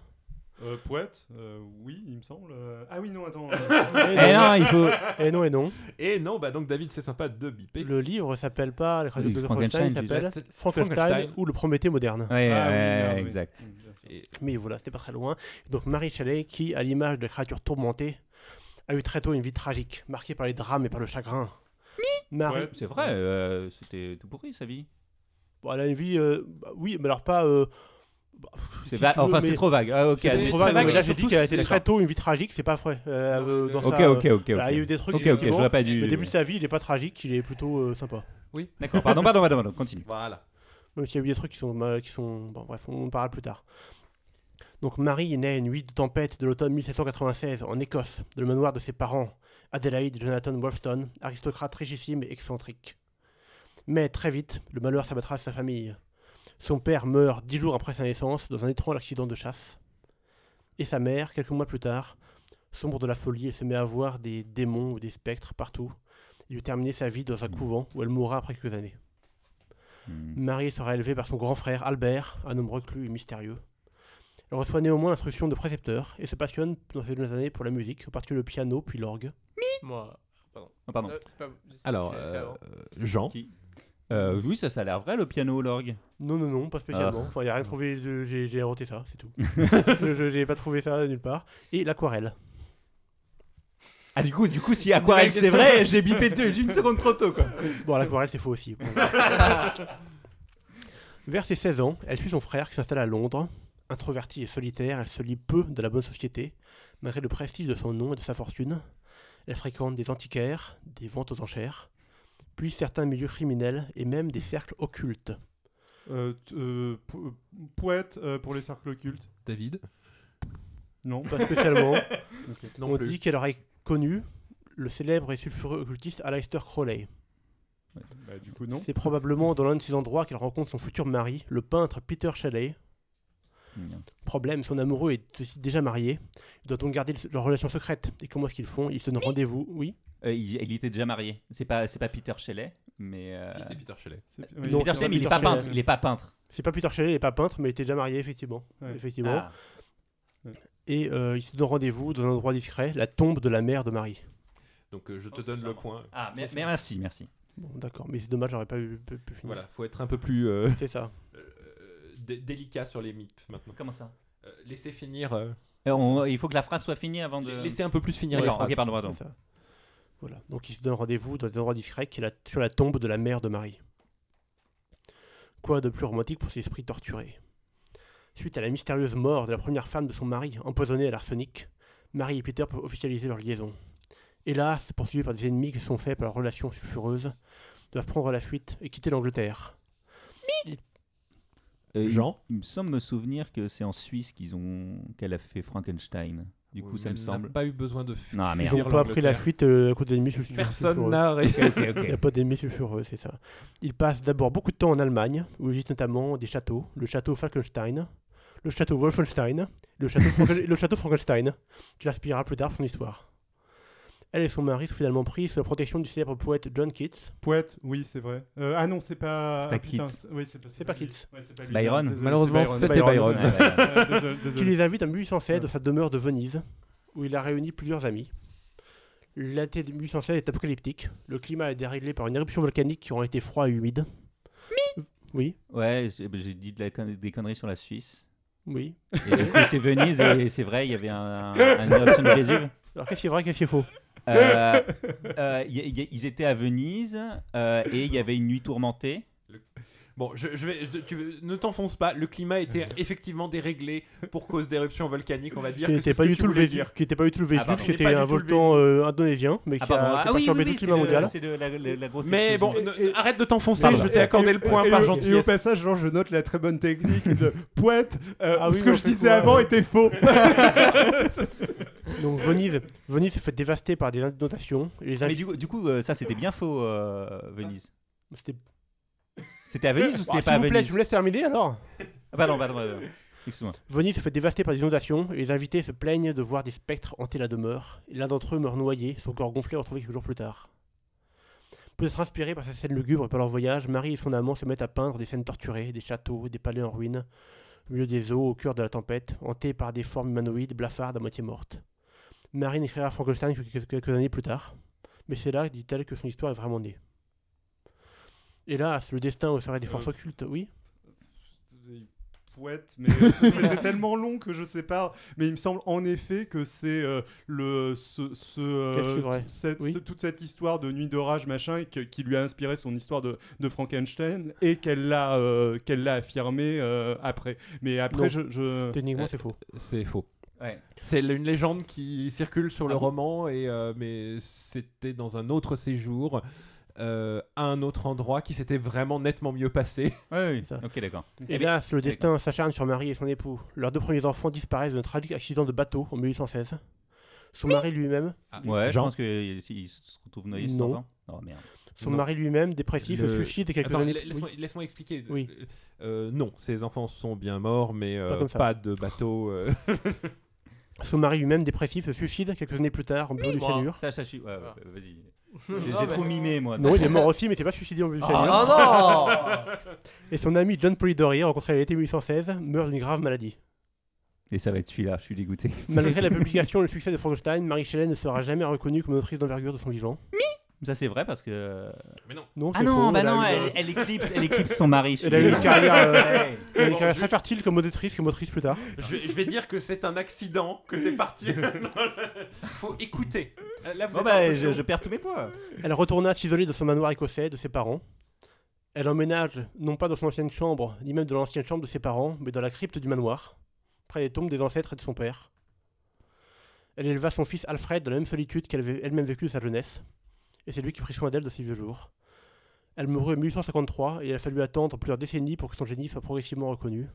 [SPEAKER 3] Euh, Poète euh, Oui, il me semble. Euh, Ah oui, non, attends.
[SPEAKER 1] Eh
[SPEAKER 5] Et non,
[SPEAKER 1] non, il faut.
[SPEAKER 5] et Eh non, et non.
[SPEAKER 2] Et non, bah donc David, c'est sympa de biper.
[SPEAKER 5] Le livre s'appelle pas La créature
[SPEAKER 1] Oui,
[SPEAKER 5] du docteur Frankenstein, il
[SPEAKER 1] Frankenstein,
[SPEAKER 5] s'appelle
[SPEAKER 2] c'est-
[SPEAKER 5] Frankenstein
[SPEAKER 2] Frankenstein.
[SPEAKER 5] ou le Prométhée moderne.
[SPEAKER 1] Ouais,
[SPEAKER 3] Ah oui,
[SPEAKER 1] ouais,
[SPEAKER 3] merde, oui.
[SPEAKER 1] exact.
[SPEAKER 3] Mm, bien sûr.
[SPEAKER 5] Mais voilà, c'était pas très loin. Donc Marie Chalet, qui, à l'image de la créature tourmentée, a eu très tôt une vie tragique, marquée par les drames et par le chagrin. Marie,
[SPEAKER 3] Poète.
[SPEAKER 1] C'est vrai, euh, c'était tout pourri sa vie.
[SPEAKER 5] bon, elle a une vie, euh, bah oui, mais alors pas. euh, bah,
[SPEAKER 1] C'est
[SPEAKER 5] si
[SPEAKER 1] va-
[SPEAKER 5] tu veux,
[SPEAKER 1] Enfin, c'est
[SPEAKER 5] mais-
[SPEAKER 1] trop vague. Ah, ok.
[SPEAKER 5] C'est
[SPEAKER 2] Allez,
[SPEAKER 5] trop
[SPEAKER 2] très
[SPEAKER 5] vague,
[SPEAKER 2] vague,
[SPEAKER 5] mais là
[SPEAKER 2] et
[SPEAKER 5] j'ai dit
[SPEAKER 2] surtout,
[SPEAKER 5] qu'elle a été
[SPEAKER 1] d'accord.
[SPEAKER 5] très tôt une vie tragique, c'est pas vrai. Euh,
[SPEAKER 2] Non,
[SPEAKER 5] euh, dans
[SPEAKER 1] Ok,
[SPEAKER 5] sa-
[SPEAKER 1] ok, ok. ok.
[SPEAKER 5] Voilà, il y a eu des trucs.
[SPEAKER 1] Ok, ok,
[SPEAKER 5] effectivement.
[SPEAKER 1] j'aurais pas dû.
[SPEAKER 5] Le début de sa vie, il est pas tragique, il est plutôt euh, sympa.
[SPEAKER 1] D'accord, pardon, pardon, pardon, pardon, continue.
[SPEAKER 2] Voilà.
[SPEAKER 5] euh, Même s'il y a eu des trucs qui sont. ma- qui sont bon, bref, on en parlera plus tard. Donc Marie est née à une nuit de tempête de l'automne 1796 en Écosse, dans le manoir de ses parents, Adelaide Jonathan Wolfton, aristocrate richissime et excentrique. Mais très vite, le malheur s'abattra sur sa famille. Son père meurt dix jours après sa naissance dans un étrange accident de chasse. Et sa mère, quelques mois plus tard, sombre de la folie, elle se met à voir des démons ou des spectres partout et lui terminer sa vie dans un couvent où elle mourra après quelques années.
[SPEAKER 1] Hmm.
[SPEAKER 5] Marie sera élevée par son grand frère Albert, un homme reclus et mystérieux. Elle reçoit néanmoins l'instruction de précepteur et se passionne dans ses jeunes années pour la musique, en particulier le piano puis l'orgue.
[SPEAKER 4] Moi.
[SPEAKER 1] Oh, pardon.
[SPEAKER 4] Euh, c'est pas- c'est-
[SPEAKER 2] Alors,
[SPEAKER 4] tu l'as fait
[SPEAKER 2] euh,
[SPEAKER 4] avant.
[SPEAKER 2] Jean.
[SPEAKER 1] Euh, oui, ça, ça a l'air vrai, le piano, l'orgue.
[SPEAKER 5] Non, non, non, pas spécialement. Enfin, il n'y a rien trouvé, de- j'ai j'ai inventé ça, c'est tout. Je- je- J'ai pas trouvé ça nulle part. Et l'aquarelle.
[SPEAKER 1] Ah, du coup, du coup si Aquarelle c'est vrai, j'ai bipé deux, une seconde trop tôt, quoi.
[SPEAKER 5] Bon, l'aquarelle, c'est faux aussi. Bon. Vers ses 16 ans, elle suit son frère qui s'installe à Londres. Introvertie et solitaire, elle se lie peu de la bonne société, malgré le prestige de son nom et de sa fortune. Elle fréquente des antiquaires, des ventes aux enchères, puis certains milieux criminels et même des cercles occultes.
[SPEAKER 3] Euh, t- euh, p- euh, poète euh, pour les cercles occultes
[SPEAKER 2] David.
[SPEAKER 3] Non.
[SPEAKER 5] Pas spécialement.
[SPEAKER 2] Non
[SPEAKER 5] On
[SPEAKER 2] plus.
[SPEAKER 5] dit qu'elle aurait connu le célèbre et sulfureux occultiste Aleister Crowley.
[SPEAKER 3] Bah, du coup, non.
[SPEAKER 5] C'est probablement dans l'un de ces endroits qu'elle rencontre son futur mari, le peintre Peter Shelley, Problème, son amoureux est aussi déjà marié. Ils doivent donc garder le- leur relation secrète. Et comment est-ce qu'ils font Ils se donnent rendez-vous. Oui
[SPEAKER 1] Euh, il, il était déjà marié. C'est pas, c'est pas Peter Shelley, mais. euh,
[SPEAKER 2] Si, c'est Peter Shelley.
[SPEAKER 3] C'est-
[SPEAKER 1] c'est
[SPEAKER 3] oui,
[SPEAKER 5] Non,
[SPEAKER 1] Peter Shelley,
[SPEAKER 5] c'est pas
[SPEAKER 1] mais il est
[SPEAKER 5] Peter
[SPEAKER 1] pas
[SPEAKER 5] Shelley.
[SPEAKER 1] peintre. Il est pas peintre.
[SPEAKER 5] C'est pas Peter Shelley, il est pas peintre, mais il était déjà marié, effectivement.
[SPEAKER 3] Ouais.
[SPEAKER 5] Effectivement.
[SPEAKER 1] Ah.
[SPEAKER 5] Et euh, ils se donnent rendez-vous dans un endroit discret, la tombe de la mère de Marie.
[SPEAKER 2] Donc euh, je te
[SPEAKER 1] Oh, c'est
[SPEAKER 2] donne le
[SPEAKER 1] charmant.
[SPEAKER 2] point.
[SPEAKER 1] Ah, mais, mais merci, merci.
[SPEAKER 5] Bon, d'accord, mais c'est dommage, j'aurais pas eu- pu, pu finir.
[SPEAKER 2] Voilà, faut être un peu plus euh,
[SPEAKER 5] C'est ça.
[SPEAKER 2] euh, dé- délicat sur les mythes maintenant.
[SPEAKER 1] Comment ça
[SPEAKER 2] Euh, laissez finir. euh,
[SPEAKER 1] Euh, on- Il faut que la phrase soit finie avant de.
[SPEAKER 2] Laissez un peu plus finir. Euh, les
[SPEAKER 1] D'accord,
[SPEAKER 2] phrases.
[SPEAKER 1] ok, pardon, pardon.
[SPEAKER 5] c'est ça. Voilà. Donc ils se donnent rendez-vous dans un endroit discret qui est la- sur la tombe de la mère de Marie. Quoi de plus romantique pour ces esprits torturés Suite à la mystérieuse mort de la première femme de son mari, empoisonnée à l'arsenic, Marie et Peter peuvent officialiser leur liaison. Hélas, poursuivis par des ennemis qui se sont faits par leur relation sulfureuse, doivent prendre la fuite et quitter l'Angleterre.
[SPEAKER 1] Euh,
[SPEAKER 2] Jean.
[SPEAKER 1] Il me semble me souvenir que c'est en Suisse qu'ils ont qu'elle a fait Frankenstein. Du coup, ça me semble.
[SPEAKER 2] n'a pas eu besoin de.
[SPEAKER 1] Non,
[SPEAKER 5] Ils
[SPEAKER 1] merde.
[SPEAKER 5] n'ont pas pris la fuite euh, à cause d'ennemis sul- sulfureux.
[SPEAKER 2] Personne n'a réussi.
[SPEAKER 5] Il n'y a pas d'ennemis sulfureux, c'est ça. Il passe d'abord beaucoup de temps en Allemagne, où il visite notamment des châteaux, le château Falkenstein, le château Wolfenstein, le château, Franken- le château Frankenstein, qui l'inspirera plus tard pour son histoire. Elle et son mari sont finalement pris sous la protection du célèbre poète John Keats.
[SPEAKER 3] Poète, oui, c'est vrai. Euh, ah non, c'est pas.
[SPEAKER 1] C'est pas
[SPEAKER 3] ah, putain,
[SPEAKER 1] Keats.
[SPEAKER 3] c'est- oui, c'est pas,
[SPEAKER 5] C'est pas
[SPEAKER 3] lui.
[SPEAKER 5] Keats.
[SPEAKER 3] Ouais, c'est pas
[SPEAKER 1] C'est
[SPEAKER 3] lui.
[SPEAKER 1] Byron.
[SPEAKER 3] Désolé,
[SPEAKER 2] Malheureusement,
[SPEAKER 3] c'est
[SPEAKER 2] c'était Byron.
[SPEAKER 1] Ouais, ouais, ouais.
[SPEAKER 3] Euh, désolé,
[SPEAKER 5] qui
[SPEAKER 3] désolé.
[SPEAKER 5] les invite en 1816 dans sa demeure de Venise, où il a réuni plusieurs amis. L'été de 1816 est apocalyptique. Le climat est déréglé par une éruption volcanique qui aura été froid et humide. Oui,
[SPEAKER 1] Ouais, j'ai j'ai dit de la con- des conneries sur la Suisse.
[SPEAKER 5] oui.
[SPEAKER 1] Et du coup, c'est Venise, et c'est vrai, il y avait un, un, une éruption de Vésuve.
[SPEAKER 5] Alors qu'est-ce qui est vrai, qu'est-ce qui est faux
[SPEAKER 1] Euh, euh, y- y- ils étaient à Venise euh, et il y avait une nuit tourmentée.
[SPEAKER 2] Bon, je, je vais. je- tu, veux- ne t'enfonce pas. Le climat était effectivement déréglé pour cause d'éruptions volcaniques, on va dire.
[SPEAKER 5] qui
[SPEAKER 2] que
[SPEAKER 5] n'était
[SPEAKER 2] c'est ce
[SPEAKER 5] pas,
[SPEAKER 2] que
[SPEAKER 5] du
[SPEAKER 2] tu
[SPEAKER 5] tout le
[SPEAKER 2] voulais
[SPEAKER 5] Vésuve,
[SPEAKER 2] dire.
[SPEAKER 5] qui était pas du tout le Vésuve,
[SPEAKER 1] Ah, pardon.
[SPEAKER 5] qui
[SPEAKER 2] Il est
[SPEAKER 5] était
[SPEAKER 2] pas
[SPEAKER 5] un
[SPEAKER 2] du tout le
[SPEAKER 5] volcan euh, indonésien, mais qui
[SPEAKER 1] Ah,
[SPEAKER 5] a, qui
[SPEAKER 1] pardon.
[SPEAKER 5] a
[SPEAKER 1] Ah oui,
[SPEAKER 5] perturbé
[SPEAKER 1] oui,
[SPEAKER 5] tout
[SPEAKER 1] oui,
[SPEAKER 5] le
[SPEAKER 1] c'est
[SPEAKER 5] climat
[SPEAKER 1] le-
[SPEAKER 5] mondial.
[SPEAKER 1] c'est de la, la- la grosse
[SPEAKER 2] Mais bon,
[SPEAKER 1] explosion.
[SPEAKER 2] ne- arrête de t'enfoncer.
[SPEAKER 1] Pardon.
[SPEAKER 2] Je t'ai accordé
[SPEAKER 3] Et-
[SPEAKER 2] le point
[SPEAKER 3] et-
[SPEAKER 2] par
[SPEAKER 3] et- Et au
[SPEAKER 2] gentillesse.
[SPEAKER 3] passage, Jean, je note la très bonne technique de poète. euh,
[SPEAKER 5] Ah oui,
[SPEAKER 3] ce que
[SPEAKER 5] on
[SPEAKER 3] je
[SPEAKER 5] fait
[SPEAKER 3] disais
[SPEAKER 5] quoi,
[SPEAKER 3] avant
[SPEAKER 5] ouais.
[SPEAKER 3] était faux.
[SPEAKER 5] Donc Venise, Venise se fait dévaster par des inondations. et les
[SPEAKER 1] Mais
[SPEAKER 5] invi-
[SPEAKER 1] du, coup- du coup, euh, ça c'était bien faux, euh, Venise.
[SPEAKER 5] C'était.
[SPEAKER 1] C'était à Venise ou
[SPEAKER 5] Ah,
[SPEAKER 1] c'était pas
[SPEAKER 5] S'il
[SPEAKER 1] à
[SPEAKER 5] vous plaît, tu
[SPEAKER 1] Venise
[SPEAKER 5] me laisses terminer alors.
[SPEAKER 1] Ah, Pardon, pardon, pardon. Excuse-moi.
[SPEAKER 5] Venise se fait dévaster par des inondations et les invités se plaignent de voir des spectres hanter la demeure. Et L'un d'entre eux meurt noyé, son corps gonflé retrouvé quelques jours plus tard. Peut-être inspirés par ces scènes lugubres et par leur voyage, Marie et son amant se mettent à peindre des scènes torturées, des châteaux, des palais en ruine, au milieu des eaux, au cœur de la tempête, hantés par des formes humanoïdes, blafardes à moitié mortes. Marie n'écrira Frankenstein que quelques- quelques années plus tard, mais c'est là, dit-elle, que son histoire est vraiment née. Hélas, le destin au serait des forces
[SPEAKER 3] Euh,
[SPEAKER 5] occultes, oui
[SPEAKER 3] poète, mais euh, c'était tellement long que je sais pas. Mais il me semble en effet que c'est euh, le ce, ce, euh,
[SPEAKER 5] Qu'est-ce qui est vrai
[SPEAKER 3] tout- cette-
[SPEAKER 5] Oui.
[SPEAKER 3] ce- toute cette histoire de nuit d'orage machin et que- qui lui a inspiré son histoire de, de Frankenstein et qu'elle l'a euh, qu'elle l'a affirmé euh, après. Mais
[SPEAKER 5] Non.
[SPEAKER 3] après je, je-
[SPEAKER 5] Techniquement,
[SPEAKER 2] euh,
[SPEAKER 5] c'est faux.
[SPEAKER 2] C'est faux.
[SPEAKER 1] Ouais.
[SPEAKER 2] C'est l- une légende qui circule sur le
[SPEAKER 1] Ah bon
[SPEAKER 2] roman, et, euh, mais c'était dans un autre séjour. euh, à un autre endroit qui s'était vraiment nettement mieux passé.
[SPEAKER 1] Oui, oui.
[SPEAKER 5] Ça.
[SPEAKER 1] Ok, d'accord.
[SPEAKER 5] Et hélas, le destin s'acharne sur Marie et son époux. Leurs deux premiers enfants disparaissent d'un tragique accident de bateau en 1816. Son mari lui-même,
[SPEAKER 1] Ouais, je
[SPEAKER 2] Jean.
[SPEAKER 1] pense qu'ils se retrouvent noyés
[SPEAKER 5] Non.
[SPEAKER 1] sans Oh merde.
[SPEAKER 5] son
[SPEAKER 2] Non.
[SPEAKER 5] mari lui-même, dépressif,
[SPEAKER 2] Le-
[SPEAKER 5] se suicide et quelques
[SPEAKER 2] Attends,
[SPEAKER 5] années
[SPEAKER 2] la- laisse-moi
[SPEAKER 5] oui,
[SPEAKER 2] laisse-moi expliquer.
[SPEAKER 5] Oui.
[SPEAKER 2] Euh, non, ces enfants sont bien morts, mais euh,
[SPEAKER 5] Pas comme ça.
[SPEAKER 2] pas, de bateau. euh.
[SPEAKER 5] Son mari lui-même, dépressif, se suicide quelques années plus tard en bureau du
[SPEAKER 4] moi.
[SPEAKER 5] cyanure.
[SPEAKER 1] Ça, ça suit. Ouais,
[SPEAKER 4] Ah.
[SPEAKER 1] ouais, vas-y.
[SPEAKER 4] Non,
[SPEAKER 1] J'ai
[SPEAKER 4] mais-
[SPEAKER 1] j'ai trop mimé, moi.
[SPEAKER 5] Non, il est mort aussi, mais c'est pas suicidé en bureau
[SPEAKER 1] Ah.
[SPEAKER 5] du cyanure.
[SPEAKER 4] Ah non
[SPEAKER 5] Et son ami John Polidori, rencontré à l'été 1816, meurt d'une grave maladie.
[SPEAKER 1] Et ça va être celui-là, je suis dégoûté.
[SPEAKER 5] Malgré la publication et le succès de Frankenstein, Marie Shelley ne sera jamais reconnue comme une autrice d'envergure de son vivant.
[SPEAKER 1] Ça, c'est vrai parce que.
[SPEAKER 5] Non,
[SPEAKER 1] Ah
[SPEAKER 5] c'est
[SPEAKER 1] non,
[SPEAKER 5] faux,
[SPEAKER 1] bah
[SPEAKER 5] elle a
[SPEAKER 1] non,
[SPEAKER 5] eu,
[SPEAKER 1] elle,
[SPEAKER 5] euh,
[SPEAKER 1] elle éclipse, elle éclipse son mari. je
[SPEAKER 5] Elle a eu une
[SPEAKER 1] suis-
[SPEAKER 5] carrière, euh,
[SPEAKER 1] Ouais.
[SPEAKER 5] elle a eu une carrière très fertile comme autrice, comme autrice plus tard.
[SPEAKER 2] je, je vais dire que c'est un accident que t'es parti. Faut écouter. Euh, Là, vous
[SPEAKER 1] Bon,
[SPEAKER 2] êtes un
[SPEAKER 1] bah,
[SPEAKER 2] peu
[SPEAKER 1] je,
[SPEAKER 2] chaud.
[SPEAKER 1] je perds tous mes poids.
[SPEAKER 5] Elle retourna s'isoler de son manoir écossais, de ses parents. Elle emménage, non pas dans son ancienne chambre, ni même dans l'ancienne chambre de ses parents, mais dans la crypte du manoir, près des tombes des ancêtres et de son père. Elle éleva son fils Alfred dans la même solitude qu'elle avait elle-même vécue de sa jeunesse, et c'est lui qui prit soin d'elle de ses vieux jours. Elle mourut en 1853 et il a fallu attendre plusieurs décennies pour que son génie soit progressivement reconnu.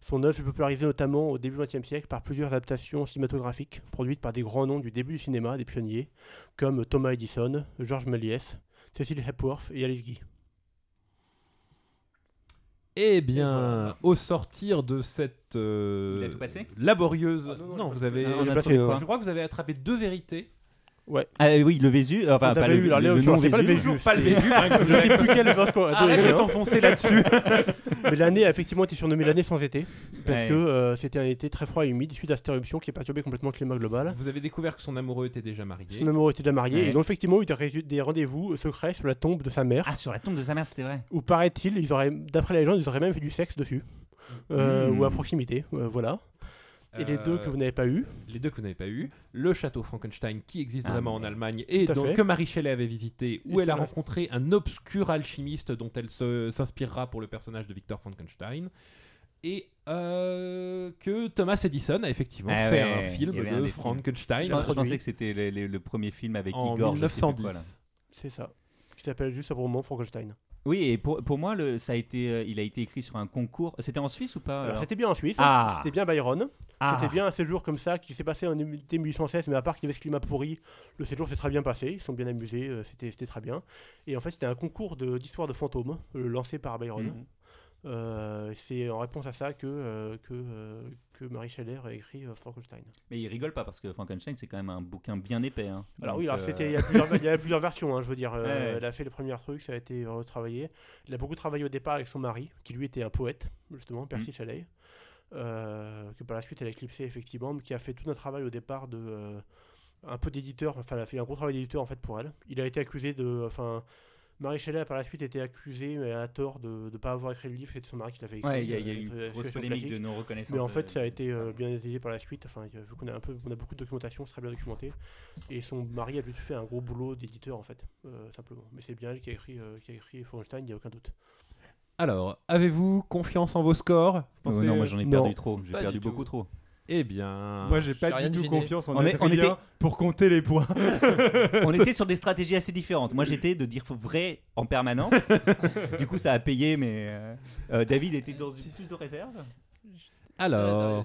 [SPEAKER 5] Son œuvre fut popularisée notamment au début du XXe siècle par plusieurs adaptations cinématographiques produites par des grands noms du début du cinéma, des pionniers, comme Thomas Edison, Georges Méliès, Cécile Hepworth et Alice Guy.
[SPEAKER 2] Eh
[SPEAKER 5] Et
[SPEAKER 2] bien,
[SPEAKER 5] voilà.
[SPEAKER 2] au sortir de cette euh,
[SPEAKER 1] Il a tout passé
[SPEAKER 2] laborieuse,
[SPEAKER 5] Ah, non,
[SPEAKER 2] non,
[SPEAKER 5] non, j'ai
[SPEAKER 2] vous avez,
[SPEAKER 1] Ah, on
[SPEAKER 5] j'ai
[SPEAKER 1] a
[SPEAKER 5] pas
[SPEAKER 1] trouvé
[SPEAKER 5] fait,
[SPEAKER 1] quoi
[SPEAKER 2] je crois que vous avez attrapé deux vérités.
[SPEAKER 5] hein.
[SPEAKER 1] Ah oui, le Vésu, euh, enfin
[SPEAKER 5] Vous
[SPEAKER 1] pas
[SPEAKER 5] avez
[SPEAKER 1] le,
[SPEAKER 5] eu, alors, Léo,
[SPEAKER 1] le
[SPEAKER 5] je
[SPEAKER 1] non
[SPEAKER 5] sais pas le
[SPEAKER 1] Vésu.
[SPEAKER 5] Vésu.
[SPEAKER 2] Toujours pas le Vésu. hein, que
[SPEAKER 5] Je
[SPEAKER 2] vous
[SPEAKER 5] sais
[SPEAKER 2] avez-
[SPEAKER 5] plus quelle vote quoi.
[SPEAKER 2] Arrête de t'enfoncer là-dessus.
[SPEAKER 5] Mais l'année a effectivement été surnommée l'année sans été, parce
[SPEAKER 1] Ouais.
[SPEAKER 5] que euh, c'était un été très froid et humide suite à cette éruption qui a perturbé complètement le climat global.
[SPEAKER 2] vous avez découvert que son amoureux était déjà marié.
[SPEAKER 5] Son amoureux était déjà marié,
[SPEAKER 1] Ouais.
[SPEAKER 5] et ils ont effectivement eu des, résu- des rendez-vous secrets sur la tombe de sa mère,
[SPEAKER 1] Ah, sur la tombe de sa mère, c'était vrai.
[SPEAKER 5] où paraît-il, ils auraient, d'après la légende, ils auraient même fait du sexe dessus, Euh,
[SPEAKER 1] Mm.
[SPEAKER 5] ou à proximité, euh, voilà. Et les
[SPEAKER 2] Euh,
[SPEAKER 5] deux que vous n'avez pas eu,
[SPEAKER 2] les deux que vous n'avez pas eu, le château Frankenstein qui existe
[SPEAKER 1] Ah,
[SPEAKER 2] vraiment en
[SPEAKER 1] merde.
[SPEAKER 2] Allemagne et
[SPEAKER 5] Tout à
[SPEAKER 2] donc-
[SPEAKER 5] fait.
[SPEAKER 2] que Marie Shelley avait visité, où
[SPEAKER 5] Et
[SPEAKER 2] elle a
[SPEAKER 5] cela-
[SPEAKER 2] rencontré un obscur alchimiste dont elle se- s'inspirera pour le personnage de Victor Frankenstein, et euh, que Thomas Edison a effectivement
[SPEAKER 1] Ah
[SPEAKER 2] fait
[SPEAKER 1] ouais,
[SPEAKER 2] un
[SPEAKER 1] il y
[SPEAKER 2] film
[SPEAKER 1] avait un
[SPEAKER 2] de
[SPEAKER 1] des films.
[SPEAKER 2] Frankenstein
[SPEAKER 1] Je, pense- je
[SPEAKER 2] produit
[SPEAKER 1] pensais que c'était le, le- le premier film avec
[SPEAKER 2] en
[SPEAKER 1] Igor. je sais plus quoi,
[SPEAKER 2] 1910.
[SPEAKER 1] là.
[SPEAKER 5] c'est ça, qui s'appelle juste moment Frankenstein.
[SPEAKER 1] Oui, et pour, pour moi, le, ça a été, euh, il a été écrit sur un concours. C'était en Suisse ou pas
[SPEAKER 5] Alors,
[SPEAKER 1] alors
[SPEAKER 5] c'était bien en Suisse,
[SPEAKER 1] Ah.
[SPEAKER 5] c'était bien Byron.
[SPEAKER 1] Ah.
[SPEAKER 5] C'était bien un séjour comme ça qui s'est passé en été 1816, mais à part qu'il y avait ce climat pourri, le séjour s'est très bien passé, ils se sont bien amusés, euh, c'était c'était très bien. Et en fait, c'était un concours de- d'histoire de, fantômes euh, lancé par Byron.
[SPEAKER 1] Mhm.
[SPEAKER 5] Euh, C'est en réponse à ça que, euh, que, euh, que Marie Scheller a écrit euh, Frankenstein.
[SPEAKER 1] Mais il rigole pas parce que Frankenstein, c'est quand même un bouquin bien épais. hein.
[SPEAKER 5] Alors
[SPEAKER 1] Donc,
[SPEAKER 5] oui, alors
[SPEAKER 1] euh,
[SPEAKER 5] c'était il y a plusieurs- il y avait plusieurs versions, hein, je veux dire. euh,
[SPEAKER 1] Ouais.
[SPEAKER 5] Elle a fait les premiers trucs, ça a été retravaillé. Elle a beaucoup travaillé au départ avec son mari, qui lui était un poète, justement,
[SPEAKER 1] Mm.
[SPEAKER 5] Percy Shelley, euh, que par la suite elle a éclipsé effectivement, mais qui a fait tout un travail au départ de... euh, un peu d'éditeur, enfin elle a fait un gros travail d'éditeur en fait pour elle. Il a été accusé de... Enfin, Marie Shelley a par la suite été accusée, mais à tort, de ne pas avoir écrit le livre, c'était son mari qui l'avait écrit.
[SPEAKER 1] Ouais, il y a, il y a
[SPEAKER 5] euh,
[SPEAKER 1] eu
[SPEAKER 5] la
[SPEAKER 1] une grosse
[SPEAKER 5] situation
[SPEAKER 1] polémique
[SPEAKER 5] classique.
[SPEAKER 1] de non-reconnaissance.
[SPEAKER 5] Mais en fait,
[SPEAKER 1] euh,
[SPEAKER 5] ça a été euh,
[SPEAKER 1] ouais.
[SPEAKER 5] bien utilisé par la suite. Enfin, il y a- vu qu'on a un peu, on a beaucoup de documentation, c'est très bien documenté. Et son mari a juste fait un gros boulot d'éditeur en fait, euh, simplement. Mais c'est bien elle qui a écrit, euh, qui a écrit Frankenstein, il n'y a aucun doute.
[SPEAKER 2] Alors, avez-vous confiance en vos scores Vous
[SPEAKER 1] Oh
[SPEAKER 2] pensez-
[SPEAKER 1] non, moi j'en ai
[SPEAKER 5] non.
[SPEAKER 1] perdu trop. J'ai
[SPEAKER 4] Pas
[SPEAKER 1] perdu
[SPEAKER 4] du tout.
[SPEAKER 1] beaucoup trop.
[SPEAKER 2] Eh bien,
[SPEAKER 3] Moi, j'ai pas
[SPEAKER 4] j'ai rien
[SPEAKER 3] du tout
[SPEAKER 4] deviné.
[SPEAKER 3] confiance en
[SPEAKER 1] On est- on
[SPEAKER 3] Adrien
[SPEAKER 1] était-
[SPEAKER 3] pour compter les points.
[SPEAKER 1] On était sur des stratégies assez différentes. Moi, j'étais de dire vrai en permanence. du coup, ça a payé, mais euh, euh, David était dans une plus de réserve.
[SPEAKER 2] alors,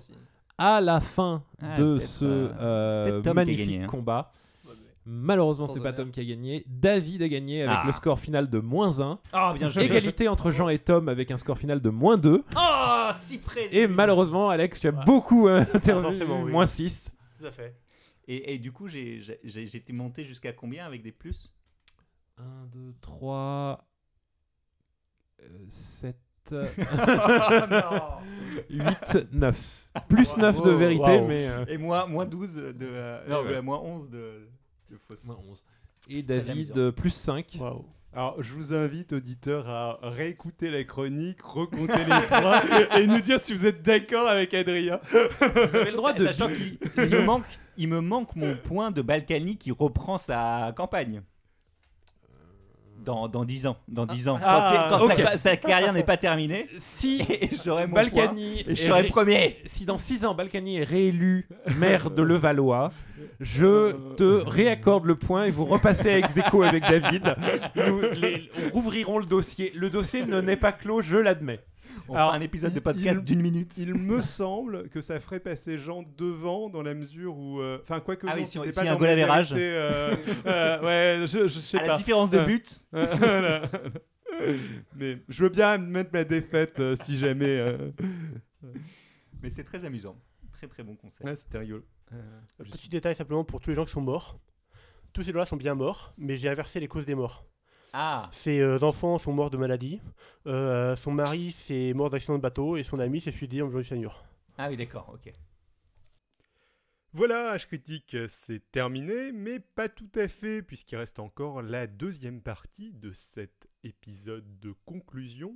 [SPEAKER 2] à la fin
[SPEAKER 1] Ah,
[SPEAKER 2] de
[SPEAKER 1] c'est peut-être,
[SPEAKER 2] ce
[SPEAKER 1] euh,
[SPEAKER 2] euh,
[SPEAKER 1] c'est peut-être Tom qui a
[SPEAKER 2] magnifique
[SPEAKER 1] gagné, hein.
[SPEAKER 2] combat, Malheureusement,
[SPEAKER 4] Sans
[SPEAKER 2] c'était pas
[SPEAKER 4] honneur.
[SPEAKER 2] Tom qui a gagné. David a gagné avec
[SPEAKER 1] Ah.
[SPEAKER 2] le score final de moins 1.
[SPEAKER 1] Ah, bien
[SPEAKER 2] Égalité entre Jean et Tom avec un score final de moins 2.
[SPEAKER 1] Oh, si près.
[SPEAKER 2] Et malheureusement, Alex, tu as
[SPEAKER 5] Ouais.
[SPEAKER 2] beaucoup euh,
[SPEAKER 5] Ah,
[SPEAKER 2] intervenu.
[SPEAKER 5] forcément, oui.
[SPEAKER 2] Moins 6.
[SPEAKER 5] Tout à fait.
[SPEAKER 1] Et, et du coup, j'ai- j'ai- j'ai- j'étais monté jusqu'à combien avec des plus
[SPEAKER 2] 1, 2, 3, 7,
[SPEAKER 1] non
[SPEAKER 2] 8, 9. Plus 9 de
[SPEAKER 5] Wow.
[SPEAKER 2] vérité,
[SPEAKER 5] Wow.
[SPEAKER 2] mais. euh,
[SPEAKER 1] Et moi, moins 12 de. euh, non,
[SPEAKER 2] Et ouais.
[SPEAKER 1] euh, moins 11 de. de fausses.
[SPEAKER 2] Et
[SPEAKER 4] très
[SPEAKER 2] David,
[SPEAKER 4] amusant.
[SPEAKER 2] euh, plus 5.
[SPEAKER 5] Waouh.
[SPEAKER 3] Alors, je vous invite, auditeurs, à réécouter la chronique, recompter les points et nous dire si vous êtes d'accord avec Adrien.
[SPEAKER 2] Vous avez le droit de.
[SPEAKER 1] Eh, Sachant qu'il il me manque, il
[SPEAKER 2] Euh.
[SPEAKER 1] me manque mon point de Balkany qui reprend sa campagne. dans, dans 10 ans. Dans 10 ans.
[SPEAKER 2] Ah,
[SPEAKER 1] quand quand sa-
[SPEAKER 2] ok.
[SPEAKER 1] sa, carrière n'est pas terminée,
[SPEAKER 2] Si
[SPEAKER 1] et j'aurai mon point,
[SPEAKER 2] Balkany
[SPEAKER 1] et je
[SPEAKER 2] est
[SPEAKER 1] serai
[SPEAKER 2] ré-
[SPEAKER 1] premier.
[SPEAKER 2] si dans 6 ans Balkany est réélu maire de Levallois, je te réaccorde le point et vous repassez à Execo avec David. Nous les- on rouvrirons le dossier. Le dossier ne n'est pas clos, je l'admets.
[SPEAKER 1] On
[SPEAKER 3] Alors,
[SPEAKER 1] fera un épisode de
[SPEAKER 3] il-
[SPEAKER 1] podcast
[SPEAKER 3] il-
[SPEAKER 1] d'une minute.
[SPEAKER 3] Il me semble que ça ferait passer Jean devant dans la mesure où. euh, Enfin, quoi que.
[SPEAKER 1] Ah oui,
[SPEAKER 3] non,
[SPEAKER 1] si on-
[SPEAKER 3] c'était
[SPEAKER 1] si
[SPEAKER 3] pas
[SPEAKER 1] y a un
[SPEAKER 3] dans
[SPEAKER 1] goal
[SPEAKER 3] ma
[SPEAKER 1] average.
[SPEAKER 3] vérité, euh, euh, ouais, je, je sais
[SPEAKER 1] À
[SPEAKER 3] pas.
[SPEAKER 1] la différence de
[SPEAKER 3] Euh,
[SPEAKER 1] but,
[SPEAKER 3] Voilà. Mais je veux bien admettre ma défaite euh, si jamais. euh.
[SPEAKER 1] mais c'est très amusant. Très très bon concept.
[SPEAKER 3] Ah, c'était rigolo.
[SPEAKER 5] Euh, Petit détail simplement pour tous les gens qui sont morts. Tous ces gens-là sont bien morts, mais j'ai inversé les causes des morts.
[SPEAKER 1] Ah,
[SPEAKER 5] Ses euh, enfants sont morts de maladie, euh, son mari c'est mort d'accident de bateau et son ami s'est suicidé en buvant du cyanure.
[SPEAKER 1] ah oui, d'accord, ok.
[SPEAKER 3] Voilà, H Critique, c'est terminé, mais pas tout à fait, puisqu'il reste encore la deuxième partie de cet épisode de conclusion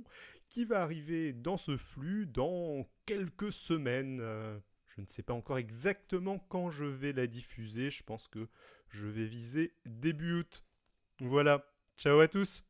[SPEAKER 3] qui va arriver dans ce flux dans quelques semaines. Euh, Je ne sais pas encore exactement quand je vais la diffuser, je pense que je vais viser début août. Voilà, ciao à tous